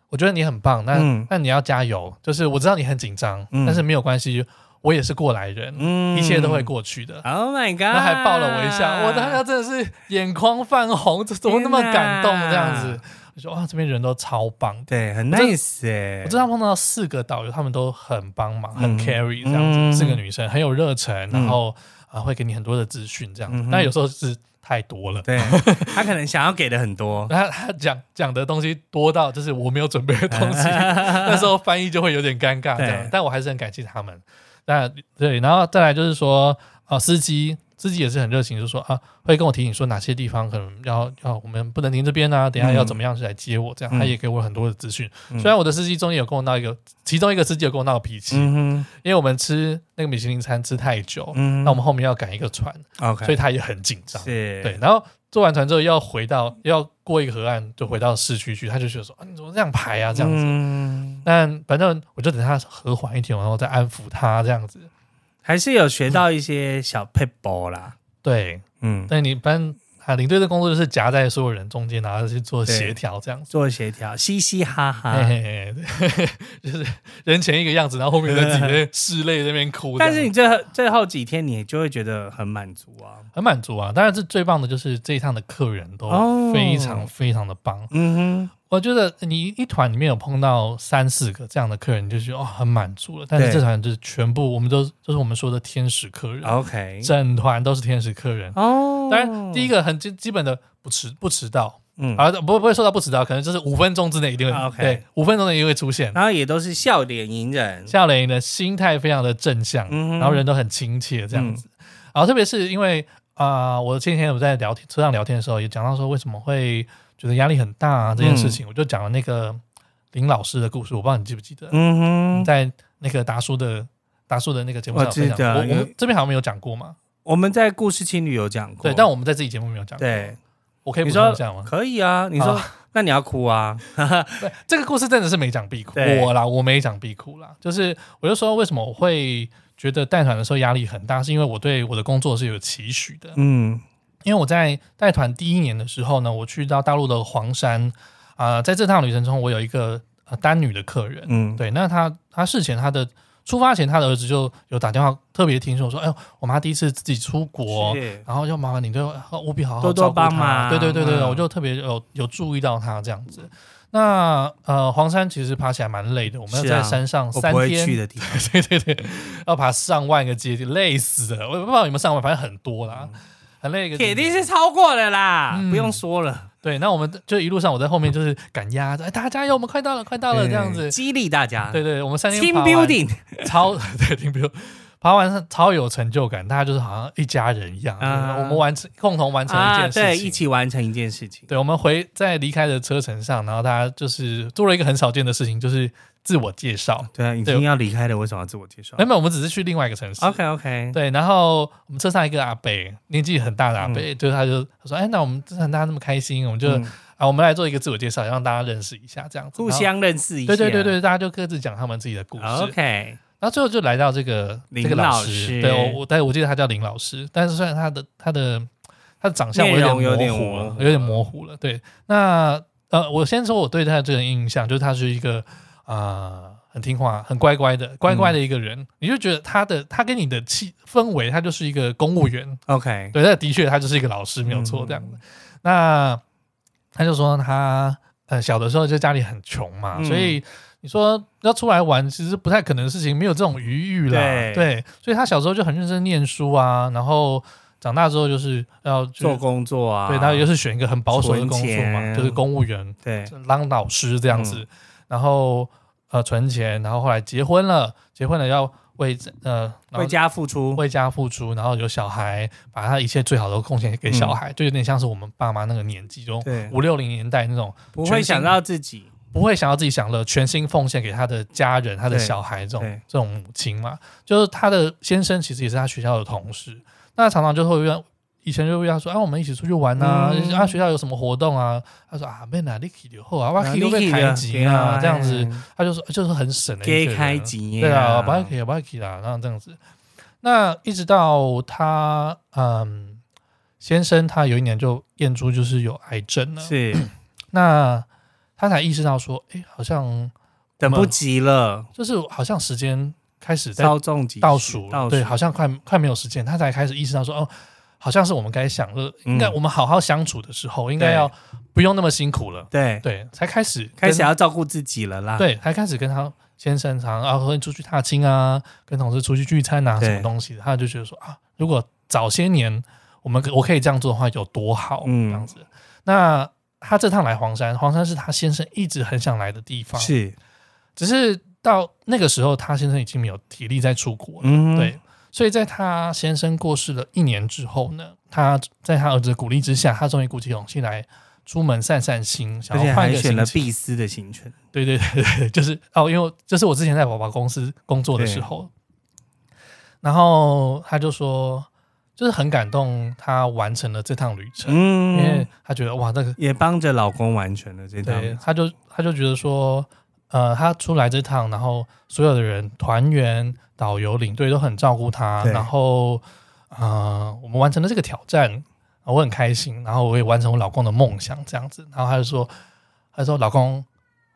Speaker 1: 我觉得你很棒，那、
Speaker 2: 嗯
Speaker 1: 那你要加油，就是我知道你很紧张，
Speaker 2: 嗯
Speaker 1: 但是没有关系，我也是过来人，
Speaker 2: 嗯
Speaker 1: 一切都会。过去的。
Speaker 2: Oh my god！
Speaker 1: 然后还抱了我一下，我当时真的是眼眶泛红，这怎么那么感动
Speaker 2: 啊天哪
Speaker 1: 这样子？我说哇，这边人都超棒，
Speaker 2: 对，很
Speaker 1: 我真
Speaker 2: nice 哎，
Speaker 1: 我知道碰到四个导游，他们都很帮忙，很
Speaker 2: 嗯
Speaker 1: carry 这样子。
Speaker 2: 嗯
Speaker 1: 四个女生很有热忱，
Speaker 2: 嗯
Speaker 1: 然后啊、会给你很多的资讯这样子。
Speaker 2: 嗯哼
Speaker 1: 但有时候是太多了，
Speaker 2: 对他可能想要给的很多，
Speaker 1: 他他讲讲的东西多到就是我没有准备的东西， 那时候翻译就会有点尴尬这
Speaker 2: 对
Speaker 1: 样。但我还是很感谢他们。那对，然后再来就是说，呃，司机自己也是很热情，就说啊，会跟我提醒说哪些地方可能要要我们不能停这边啊，等一下要怎么样是来接我这样，
Speaker 2: 嗯
Speaker 1: 他也给我很多的资讯。
Speaker 2: 嗯
Speaker 1: 虽然我的司机中间有跟我闹一个，其中一个司机有跟我闹脾气，
Speaker 2: 嗯
Speaker 1: 因为我们吃那个米其林餐吃太久
Speaker 2: 哼，，嗯
Speaker 1: 那我们后面要赶一个船，
Speaker 2: 哼 OK，
Speaker 1: 所以他也很紧张。
Speaker 2: 是，
Speaker 1: 对，，然后坐完船之后要回到要过一个河岸，就回到市区去，他就觉得说啊，你怎么这样排啊这样子。
Speaker 2: 嗯，
Speaker 1: 但反正我就等他和缓一点，然后再安抚他这样子。
Speaker 2: 还是有学到一些小 p e b l 啦，
Speaker 1: 对，
Speaker 2: 嗯，
Speaker 1: 但你班啊，领队的工作就是夹在所有人中间，然后去做协调这样子。
Speaker 2: 做协调，嘻嘻哈哈
Speaker 1: 嘿。嘿嘿，对 就是人前一个样子，然后后面在自己 的室内那边哭这样
Speaker 2: 但
Speaker 1: 子。
Speaker 2: 是你最最后几天，你就会觉得很满足啊。
Speaker 1: 很满足啊！当然是最棒的，就是这一趟的客人都
Speaker 2: 哦
Speaker 1: 非常非常的棒。
Speaker 2: 嗯哼，
Speaker 1: 我觉得你一团里面有碰到三四个这样的客人，你就觉得哦很满足了。但是
Speaker 2: 对
Speaker 1: 这团就是全部，我们都就是我们说的天使客人，
Speaker 2: OK，
Speaker 1: 整团都是天使客人。
Speaker 2: 哦，
Speaker 1: 当然，第一个很基基本的不迟不迟到，
Speaker 2: 嗯，
Speaker 1: 啊，不不会说到不迟到，可能就是五分钟之内一定会，
Speaker 2: 啊，OK
Speaker 1: 对，五分钟内一定会出现。
Speaker 2: 然后也都是笑脸迎人，
Speaker 1: 夏雷的心态非常的正向，
Speaker 2: 嗯哼
Speaker 1: 然后人都很亲切这样子。然后特别是因为啊、我前几天我在聊天车上聊天的时候，也讲到说为什么会觉得压力很大、啊、这件
Speaker 2: 嗯
Speaker 1: 事情，我就讲了那个林老师的故事，我不知道你记不记得，
Speaker 2: 嗯哼，
Speaker 1: 在那个达叔的达叔的那个节目上有分
Speaker 2: 我记得啊
Speaker 1: 享，我我
Speaker 2: 有
Speaker 1: 们这边好像没有讲过嘛，
Speaker 2: 我们在故事情侣有讲过，
Speaker 1: 对，但我们在自己节目没有讲过，
Speaker 2: 对，
Speaker 1: 我可以补
Speaker 2: 你
Speaker 1: 充
Speaker 2: 说
Speaker 1: 一下吗？
Speaker 2: 可以啊，你说那你要哭啊，
Speaker 1: 对，这个故事真的是没讲必哭，
Speaker 2: 对
Speaker 1: 我啦，我没讲必哭啦，就是我就说为什么我会觉得带团的时候压力很大，是因为我对我的工作是有期许的，
Speaker 2: 嗯
Speaker 1: 因为我在带团第一年的时候呢，我去到大陆的黄山啊、在这趟旅程中，我有一个、呃、单女的客人，
Speaker 2: 嗯，
Speaker 1: 对，那他他事前他的出发前，他的儿子就有打电话特别提醒我说，哎呦，我妈第一次自己出国，
Speaker 2: 是
Speaker 1: 然后要麻烦你对我呃务必好好
Speaker 2: 多多
Speaker 1: 照顾
Speaker 2: 帮
Speaker 1: 他
Speaker 2: 忙
Speaker 1: 对对对对，
Speaker 2: 嗯
Speaker 1: 我就特别有有注意到他这样子。那呃，黄山其实爬起来蛮累的，我们要
Speaker 2: 是啊
Speaker 1: 在山上
Speaker 2: 我
Speaker 1: 三
Speaker 2: 不会去
Speaker 1: 天，
Speaker 2: 的地方，
Speaker 1: 对对对，要爬上万个阶梯，累死了。我也不知道有没有上万，反正很多啦，很累一个阶梯。
Speaker 2: 嗯铁定是超过了啦，
Speaker 1: 嗯
Speaker 2: 不用说了，
Speaker 1: 对。那我们就一路上我在后面就是赶鸭子，哎，大家加油，我们快到了，快到了，
Speaker 2: 对
Speaker 1: 这样子。
Speaker 2: 激励大家，
Speaker 1: 对对，我们三天
Speaker 2: ，team
Speaker 1: 爬完
Speaker 2: building，
Speaker 1: 超对 team building。爬 完山超有成就感，大家就是好像一家人一样，
Speaker 2: 啊
Speaker 1: 我们完成共同完成一
Speaker 2: 啊，
Speaker 1: 件事情，
Speaker 2: 对，一起完成一件事情，
Speaker 1: 对，我们回在离开的车程上，然后大家就是做了一个很少见的事情，就是自我介绍。
Speaker 2: 对啊，已
Speaker 1: 对
Speaker 2: 经要离开了，为什么要自我介绍
Speaker 1: 原本我们只是去另外一个城市。
Speaker 2: ？OK OK，
Speaker 1: 对，然后我们车上一个阿伯，年纪很大的阿伯，
Speaker 2: 嗯
Speaker 1: 就是他就他说：“哎，那我们车上大家那么开心，我们就、啊，我们来做一个自我介绍，让大家认识一下，这样子
Speaker 2: 互。
Speaker 1: 然后”
Speaker 2: 相认识一下，啊哦
Speaker 1: 对对对对，大家就各自讲他们自己的故事。
Speaker 2: ，OK，
Speaker 1: 然后最后就来到这个
Speaker 2: 林
Speaker 1: 这个老
Speaker 2: 老师
Speaker 1: 对我我但我记得他叫林老师，但是虽然他的他的他的长相我
Speaker 2: 内容
Speaker 1: 有
Speaker 2: 有
Speaker 1: 点模
Speaker 2: 点
Speaker 1: 糊
Speaker 2: 模
Speaker 1: 了，
Speaker 2: 糊
Speaker 1: 有点模糊了。对，那呃，我先说我对他的这个印象，就是他是一个啊、呃很听话、很乖乖的、乖
Speaker 2: 嗯
Speaker 1: 乖的一个人，你就觉得他的他跟你的气氛围，他就是一个公务员，
Speaker 2: ，OK，
Speaker 1: 对，那的确他就是一个老师，没有错，这
Speaker 2: 嗯
Speaker 1: 样子。那他就说他呃小的时候就家里很穷嘛，
Speaker 2: 嗯
Speaker 1: 所以你说要出来玩，其实不太可能的事情，没有这种余裕啦。
Speaker 2: 对
Speaker 1: 所以他小时候就很认真念书啊，然后长大之后就是要去
Speaker 2: 做工作啊，
Speaker 1: 对，他也是选一个很保守的
Speaker 2: 存
Speaker 1: 工作嘛，
Speaker 2: 钱
Speaker 1: 就是公务员，
Speaker 2: 对，嗯
Speaker 1: 当老师这样子，然后呃存钱，然后后来结婚了，结婚了要为呃然后
Speaker 2: 为家付出，
Speaker 1: 为家付出，然后有小孩，把他一切最好的贡献给小孩，就有点像是我们爸妈那个年纪中
Speaker 2: 嗯对，
Speaker 1: 五六零年代那种，
Speaker 2: 不会想到自己，
Speaker 1: 不会想要自己享乐，全心奉献给他的家人、他的
Speaker 2: 对
Speaker 1: 小孩这种
Speaker 2: 对
Speaker 1: 这种母亲嘛。就是他的先生其实也是他学校的同事，那常常就会问。以前就会跟他说啊，我们一起出去玩啊，
Speaker 2: 嗯
Speaker 1: 啊，学校有什么活动啊？他说啊，被哪里去留后啊，我
Speaker 2: 啊
Speaker 1: 去又被
Speaker 2: Nicky
Speaker 1: 开
Speaker 2: 的
Speaker 1: 级
Speaker 2: 对
Speaker 1: 啊，
Speaker 2: 啊
Speaker 1: 这样子，
Speaker 2: 哎
Speaker 1: 他就说就是很省的一
Speaker 2: 给
Speaker 1: 个人
Speaker 2: 开机
Speaker 1: 对啊，不要以，不要以啦，然后这样子。那一直到他嗯，先生他有一年就验出就是有癌症了，
Speaker 2: 是
Speaker 1: 那他才意识到说，哎、好像
Speaker 2: 等不及了，
Speaker 1: 就是好像时间开始在
Speaker 2: 稍纵即逝
Speaker 1: 倒数了，
Speaker 2: 倒数，
Speaker 1: 对，好像快快没有时间，他才开始意识到说，哦，好像是我们该享乐，应该
Speaker 2: 嗯
Speaker 1: 我们好好相处的时候，应该
Speaker 2: 对
Speaker 1: 要不用那么辛苦了，
Speaker 2: 对，
Speaker 1: 对，才开始
Speaker 2: 开
Speaker 1: 跟
Speaker 2: 始要照顾自己了啦，，
Speaker 1: 对，他开始跟他先生常啊和你出去踏青啊，跟同事出去聚餐啊，
Speaker 2: 对
Speaker 1: 什么东西的，他就觉得说啊，如果早些年我们可我可以这样做的话，有多好，
Speaker 2: 嗯
Speaker 1: 这样子。那他这趟来黄山，黄山是他先生一直很想来的地方，
Speaker 2: 是，
Speaker 1: 只是到那个时候，他先生已经没有体力再出国了，
Speaker 2: 嗯，
Speaker 1: 对，所以在他先生过世了一年之后呢，他在他儿子的鼓励之下，他终于鼓起勇气来出门散散心，
Speaker 2: 而
Speaker 1: 想
Speaker 2: 且
Speaker 1: 要换一
Speaker 2: 还
Speaker 1: 个
Speaker 2: 选了
Speaker 1: 心情。
Speaker 2: 必思的行程，
Speaker 1: 对对对对，就是哦，因为这是我之前在宝宝公司工作的时候，然后他就说，就是很感动，他完成了这趟旅程，因为
Speaker 2: 嗯，
Speaker 1: 他觉得哇，那个
Speaker 2: 也帮着老公完成了这趟
Speaker 1: 对，他就他就觉得说，呃，他出来这趟，然后所有的人，团员、导游、领队都很照顾他，
Speaker 2: 对
Speaker 1: 然后呃，我们完成了这个挑战，我很开心，然后我也完成我老公的梦想，这样子。然后他就说，他说老公，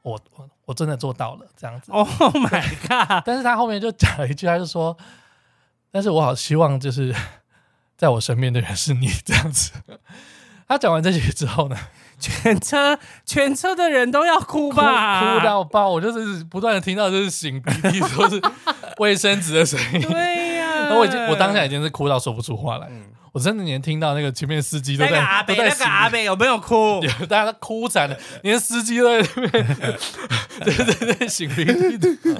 Speaker 1: 我我我真的做到了，这样子。
Speaker 2: Oh my god！
Speaker 1: 但是他后面就讲了一句，他就说，但是我好希望就是在我身边的人是你这样子。他讲完这句之后呢，
Speaker 2: 全车全车的人都要哭
Speaker 1: 哭
Speaker 2: 吧？
Speaker 1: 哭到爆！我就是不断的听到就是擤鼻涕，说是卫生纸的声 音。
Speaker 2: 对呀、
Speaker 1: 然后 我已经，我当下已经是哭到说不出话来，我真的连听到那个前面司机都
Speaker 2: 那
Speaker 1: 在
Speaker 2: 个阿
Speaker 1: 都
Speaker 2: 北，
Speaker 1: 在
Speaker 2: 那个阿
Speaker 1: 擤
Speaker 2: 北有没 有哭
Speaker 1: 鼻？涕，大家都哭惨了，连司机都在那边对对对擤鼻涕。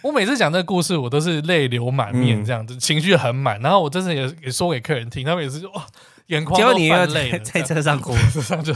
Speaker 1: 我每次讲这个故事，我都是泪流满
Speaker 2: 嗯
Speaker 1: 面，这样子、情绪很满。然后我真的也也说给客人听，他们也是说哇，眼眶
Speaker 2: 结
Speaker 1: 都
Speaker 2: 果你又
Speaker 1: 泛泪
Speaker 2: 在
Speaker 1: 了。这
Speaker 2: 在
Speaker 1: 样
Speaker 2: 车上哭，
Speaker 1: 这上就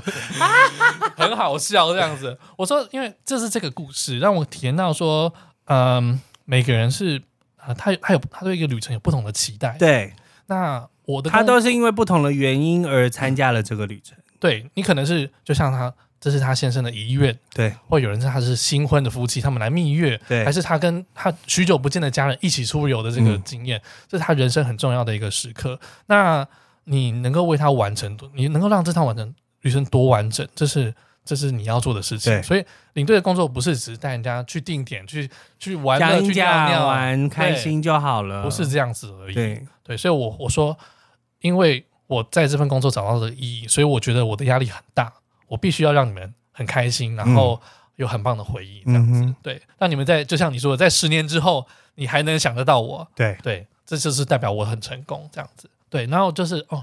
Speaker 1: 很好笑这样子。 我说，因为这是这个故事让我体验到说，嗯，每个人是啊、呃他有他有他对一个旅程有不同的期待。，
Speaker 2: 对
Speaker 1: 那我的
Speaker 2: 他
Speaker 1: 工
Speaker 2: 都是因为不同的原因而参加了这个旅程。
Speaker 1: 对你可能是就像他，这是他先生的遗愿，
Speaker 2: 对
Speaker 1: 或有人是他是新婚的夫妻，他们来蜜月，
Speaker 2: 对
Speaker 1: 还是他跟他许久不见的家人一起出游的这个
Speaker 2: 哎嗯
Speaker 1: 经验，这是他人生很重要的一个时刻。那你能够为他完成，你能够让这趟完成旅程多完整，这是这是你要做的事情。
Speaker 2: 对
Speaker 1: 所以领队的工作不是只是带人家去定点去去玩
Speaker 2: 讲
Speaker 1: 乐
Speaker 2: 一
Speaker 1: 去尿
Speaker 2: 讲啊
Speaker 1: 尿，啊
Speaker 2: 玩开心就好了，
Speaker 1: 不是这样子而已。
Speaker 2: 对
Speaker 1: 对，所以我我说，因为我在这份工作找到的意义，所以我觉得我的压力很大，我必须要让你们很开心，然后有很棒的回忆，这样子。
Speaker 2: 嗯哼
Speaker 1: 对，让你们在就像你说的，在十年之后，你还能想得到我，
Speaker 2: 对，
Speaker 1: 对，这就是代表我很成功，这样子。对，然后就是哦，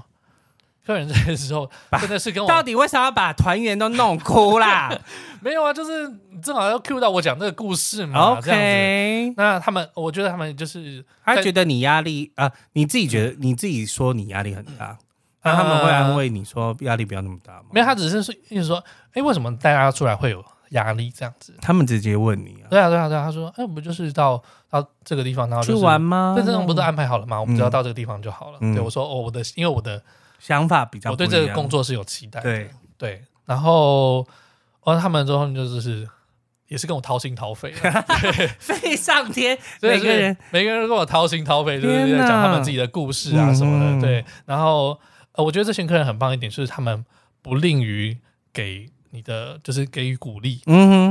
Speaker 1: 客人这时候真的 是跟我
Speaker 2: 到底为什么要把团员都弄哭 啦
Speaker 1: 没有啊，就是你正好要 cue 到我讲这个故事
Speaker 2: 啊
Speaker 1: 嘛这样子。
Speaker 2: ？OK，
Speaker 1: 那他们，我觉得他们就是
Speaker 2: 他觉得你压力啊、你自己觉得你自己说你压力很大，那他们会安慰你说压力不要那么大吗？
Speaker 1: 没有，他只是说意思说，哎、为什么大家出来会有压力这样子？
Speaker 2: 他们直接问你啊，
Speaker 1: 对啊，对啊，对啊。他说，哎、我们就是到到这个地方，然后、
Speaker 2: 去
Speaker 1: 就是、
Speaker 2: 玩。吗？
Speaker 1: 但这种不是安排好了吗？我们只要
Speaker 2: 嗯
Speaker 1: 到这个地方就好了。
Speaker 2: 嗯
Speaker 1: 对我说，哦，我的，因为我的
Speaker 2: 想法比较
Speaker 1: 我
Speaker 2: 不一
Speaker 1: 对
Speaker 2: 样，
Speaker 1: 这个工作是有期待的。
Speaker 2: 对，
Speaker 1: 对，然后完了他们之后就是也是跟我掏心掏肺 啊，
Speaker 2: 飞上天，
Speaker 1: 所以
Speaker 2: 每个人
Speaker 1: 是每个人都跟我掏心掏肺，就是
Speaker 2: 天
Speaker 1: 在
Speaker 2: 哪
Speaker 1: 讲他们自己的故事啊什么
Speaker 2: 嗯嗯
Speaker 1: 的。对，然后呃，我觉得这群客人很棒一点，就是他们不吝于给你的，就是给予鼓励，
Speaker 2: 嗯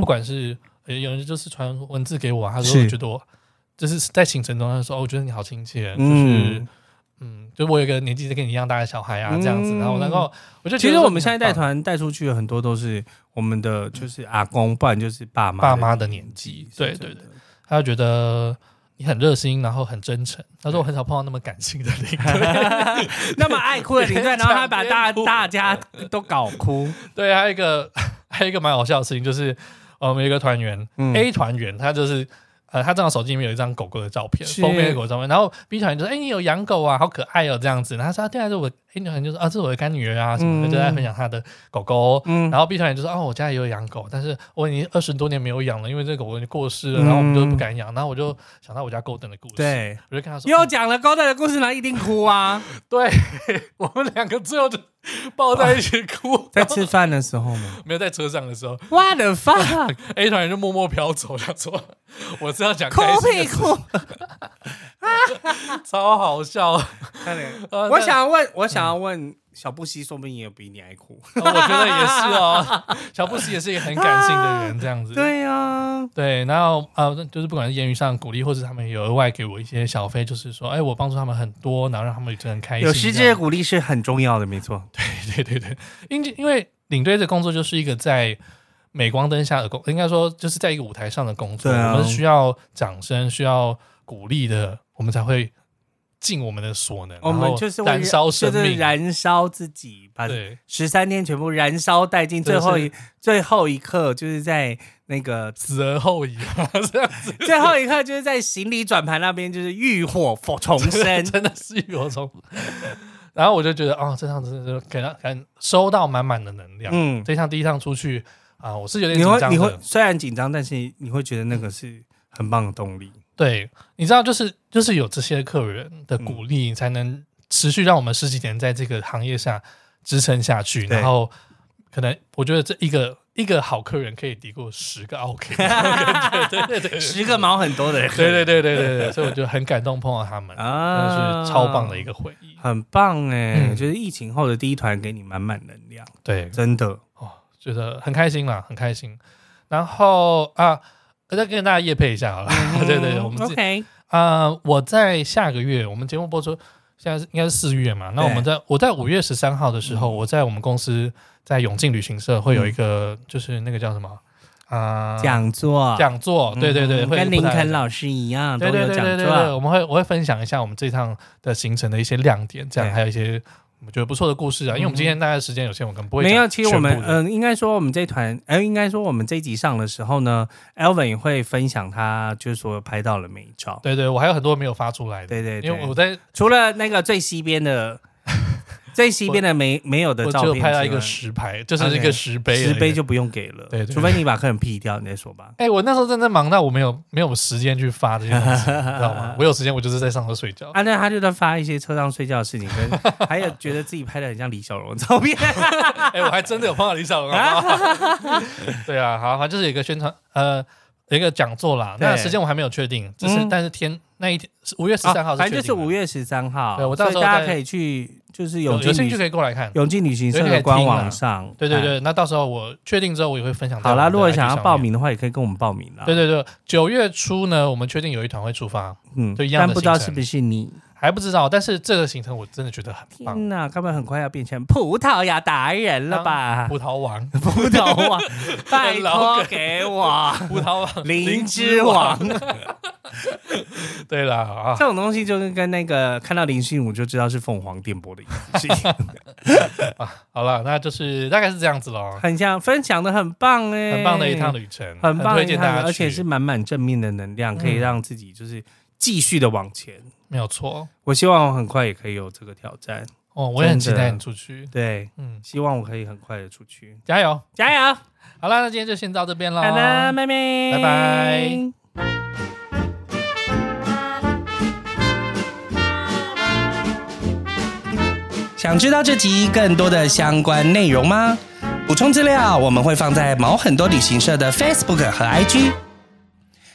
Speaker 1: 不
Speaker 2: 哼，
Speaker 1: 管是呃有人就是传文字给我、啊，他说
Speaker 2: 是
Speaker 1: 我觉得我就是在行程中，他说、哦、我觉得你好亲切，就是
Speaker 2: 嗯，
Speaker 1: 嗯，就我有一个年纪跟你一样大的小孩啊
Speaker 2: 嗯
Speaker 1: 这样子，然后然后我就觉
Speaker 2: 其
Speaker 1: 得
Speaker 2: 实
Speaker 1: 说
Speaker 2: 我们现在带
Speaker 1: 你很
Speaker 2: 团带出去的很多都是我们的，就是阿公，不然就是爸妈
Speaker 1: 棒爸妈的年纪，对
Speaker 2: 是
Speaker 1: 对
Speaker 2: 真的
Speaker 1: 对，他就觉得。你很热心，然后很真诚。他说我很少碰到那么感性的领 队。
Speaker 2: 那么爱哭的领队，然后他把大
Speaker 1: 边哭
Speaker 2: 大家都搞哭，
Speaker 1: 对，还有一个还有一个蛮好笑的事情，就是呃我们有一个团员、
Speaker 2: 嗯
Speaker 1: A 团员，他就是呃，他正好手机里面有一张狗狗的照片，
Speaker 2: 是
Speaker 1: 封面的狗狗照片。然后 B 团员就说：“哎、你有养狗啊，好可爱哦。”这样子，然后他说：“啊对啊，这是我 A 团员就说啊，这是我的干女儿啊，什么的，
Speaker 2: 嗯
Speaker 1: 就在分享他的狗狗。”
Speaker 2: 嗯
Speaker 1: 然后 B 团员就说：“哦，我家也有养狗，但是我已经二十多年没有养了，因为这个狗狗就过世了，然后我们就不敢养。然后我就想到我家 Golden 的故事，
Speaker 2: 对，
Speaker 1: 我就跟他说：“
Speaker 2: 又
Speaker 1: 哦
Speaker 2: 讲了高大的故事，那一定哭啊！
Speaker 1: 对， 我们两个最后就抱在一起哭，
Speaker 2: 在吃饭的时候吗
Speaker 1: 没有在车上的时候，
Speaker 2: ？What the fuck？
Speaker 1: A 团员就默默飘走，他说：“我是要讲
Speaker 2: 哭
Speaker 1: 开心
Speaker 2: 屁
Speaker 1: 的事
Speaker 2: 哭！
Speaker 1: 超好笑。呃”
Speaker 2: 我想要问，我想要问小布希，说不定也比你爱哭。
Speaker 1: 但，我觉得也是哦。小布斯也是一个很感性的人，这样子。
Speaker 2: 啊对呀，
Speaker 1: 对，然后呃，就是不管是言语上的鼓励，或者他们有额外给我一些小费，就是说，哎，我帮助他们很多，然后让他们觉得很开心。
Speaker 2: 有实
Speaker 1: 这
Speaker 2: 质的
Speaker 1: 样
Speaker 2: 鼓励是很重要的，没错。
Speaker 1: 对对对，因因为领队的工作就是一个在镁光灯下的工，应该说就是在一个舞台上的工作，
Speaker 2: 对啊
Speaker 1: 我们是需要掌声、需要鼓励的，我们才会尽我们的所能，
Speaker 2: 我
Speaker 1: 然
Speaker 2: 们
Speaker 1: 后
Speaker 2: 就是为
Speaker 1: 燃烧生
Speaker 2: 就是
Speaker 1: 命，
Speaker 2: 燃烧自己，把
Speaker 1: 对
Speaker 2: 十三天全部燃烧殆尽，
Speaker 1: 对
Speaker 2: 最后
Speaker 1: 是
Speaker 2: 一最后一刻就是在那个
Speaker 1: 死而后已啊，这样 子
Speaker 2: 最后一刻就是在行李转盘那边就是浴火重生，
Speaker 1: 真的是浴火重生。然后我就觉得，哦，这趟真的是给他感收到满满的能量。
Speaker 2: 嗯，
Speaker 1: 这一趟第一趟出去啊，我是有点
Speaker 2: 你
Speaker 1: 紧
Speaker 2: 会
Speaker 1: 张
Speaker 2: 你会
Speaker 1: 的。
Speaker 2: 虽然紧张，但是你会觉得那个是很棒的 动力，
Speaker 1: 对，你知道，就是就是有这些客人的鼓励，你才能持续让我们十几年在这个行业下支撑下去。
Speaker 2: 对
Speaker 1: 然后，可能我觉得这一个一个好客人可以抵过十个 OK，对对对对
Speaker 2: 十个毛很多的人，
Speaker 1: 对对对对对对，所以我就很感动碰到他们，真
Speaker 2: 啊
Speaker 1: 的是超棒的一个回忆。
Speaker 2: 很棒哎、
Speaker 1: 嗯
Speaker 2: 就是疫情后的第一团给你满满能量，
Speaker 1: 对，
Speaker 2: 真的。
Speaker 1: 哦，觉得很开心啦，很开心。然后啊，再跟大家夜配一下好了， 对对对，我们自己
Speaker 2: OK，
Speaker 1: 啊、我在下个月我们节目播出，现在是应该是四月嘛。那我们在我在五月十三号的时
Speaker 2: 嗯
Speaker 1: 候，我在我们公司在永进旅行社会有一个，就是那个叫什么啊、
Speaker 2: 讲座，
Speaker 1: 讲座，对对对，
Speaker 2: 嗯
Speaker 1: 会
Speaker 2: 跟林肯
Speaker 1: 老。
Speaker 2: 老师一样都
Speaker 1: 对对
Speaker 2: 有
Speaker 1: 对
Speaker 2: 讲
Speaker 1: 对对对，
Speaker 2: 座，
Speaker 1: 我们会我会分享一下我们这趟的行程的一些亮点，这样
Speaker 2: 对嗯
Speaker 1: 还有一些我觉得不错的故事啊。因为我们今天大概时间有限，我可能不会
Speaker 2: 没有，
Speaker 1: 讲
Speaker 2: 其实我们
Speaker 1: 全部的
Speaker 2: 嗯、应该说我们这团，哎、应该说我们这一集上的时候呢，Elvin 也会分享他就是所有拍到的美照。
Speaker 1: 对对，我还有很多没有发出来的，
Speaker 2: 对对对，
Speaker 1: 因为我在
Speaker 2: 除了那个最西边 的最西边的没没有的
Speaker 1: 我
Speaker 2: 照
Speaker 1: 就
Speaker 2: 片之外，
Speaker 1: 拍到一个石牌，就是一个
Speaker 2: OK，
Speaker 1: 石碑而已，
Speaker 2: 石碑就不用给了，
Speaker 1: 对对
Speaker 2: 除非你把客人 P 掉，你再说吧。
Speaker 1: 哎，我那时候真的忙到我没有没有时间去发这些东西，你知道 吗？我有时间我就是在上课睡觉。
Speaker 2: 啊，那他就在发一些车上睡觉的事情，跟 还有觉得自己拍的很像李小龙的照片。
Speaker 1: 哎，我还真的有碰到李小龙，好不好 对啊，好，反正就是有一个宣传，呃，有一个讲座啦。
Speaker 2: 对
Speaker 1: 那时间我还没有确定，只是
Speaker 2: 嗯
Speaker 1: 但是天那一天五月十三号，
Speaker 2: 啊反正就是五
Speaker 1: 月，
Speaker 2: 月十三号，
Speaker 1: 对我到时候
Speaker 2: 所以大家
Speaker 1: 再
Speaker 2: 可以去，就是
Speaker 1: 有
Speaker 2: 永
Speaker 1: 有
Speaker 2: 进
Speaker 1: 兴
Speaker 2: 旅
Speaker 1: 趣可以过来看。
Speaker 2: 永进旅行社的官网上。
Speaker 1: 啊对对
Speaker 2: 哎。
Speaker 1: 对，那到时候我确定之后，我也会分享。
Speaker 2: 好啦，如果想要报，名的话，也可以跟我们报名啦。
Speaker 1: 对，对对，九月初呢，我们确定有一团会出发，
Speaker 2: 嗯
Speaker 1: 就一样的
Speaker 2: 但不知道
Speaker 1: 行程
Speaker 2: 是不是你。
Speaker 1: 还不知道，但是这个行程我真的觉得很棒，
Speaker 2: 天哪，根本很快要变成葡萄牙达人了吧？，
Speaker 1: 葡萄王
Speaker 2: 葡萄 王，拜托
Speaker 1: 老
Speaker 2: 给我
Speaker 1: 葡萄王，
Speaker 2: 灵之王。
Speaker 1: 对啦啊，
Speaker 2: 这种东西就跟跟那个看到林心如就知道是凤凰电波的意 思，
Speaker 1: 好了，那就是大概是这样子喽，
Speaker 2: 很像分享的很棒哎、
Speaker 1: 很棒的一趟，旅程，
Speaker 2: 很棒的
Speaker 1: 推
Speaker 2: 一
Speaker 1: 荐
Speaker 2: 趟旅
Speaker 1: 大家去，嗯
Speaker 2: 而且是满满正面的能量，可以让自己就是继续的往前。
Speaker 1: 没有错
Speaker 2: 我希望我很快也可以有这个挑战，
Speaker 1: 哦，我也很期
Speaker 2: 真的
Speaker 1: 待你出去，
Speaker 2: 对，
Speaker 1: 嗯，
Speaker 2: 希望我可以很快的出去，
Speaker 1: 加油！
Speaker 2: 加油！
Speaker 1: 好啦，那今天就先到这边喽，
Speaker 2: 好的，妹妹，
Speaker 1: 拜拜。
Speaker 2: 想知道这集更多的相关内容吗？补充资料我们会放在毛很多旅行社的 Facebook 和 IG，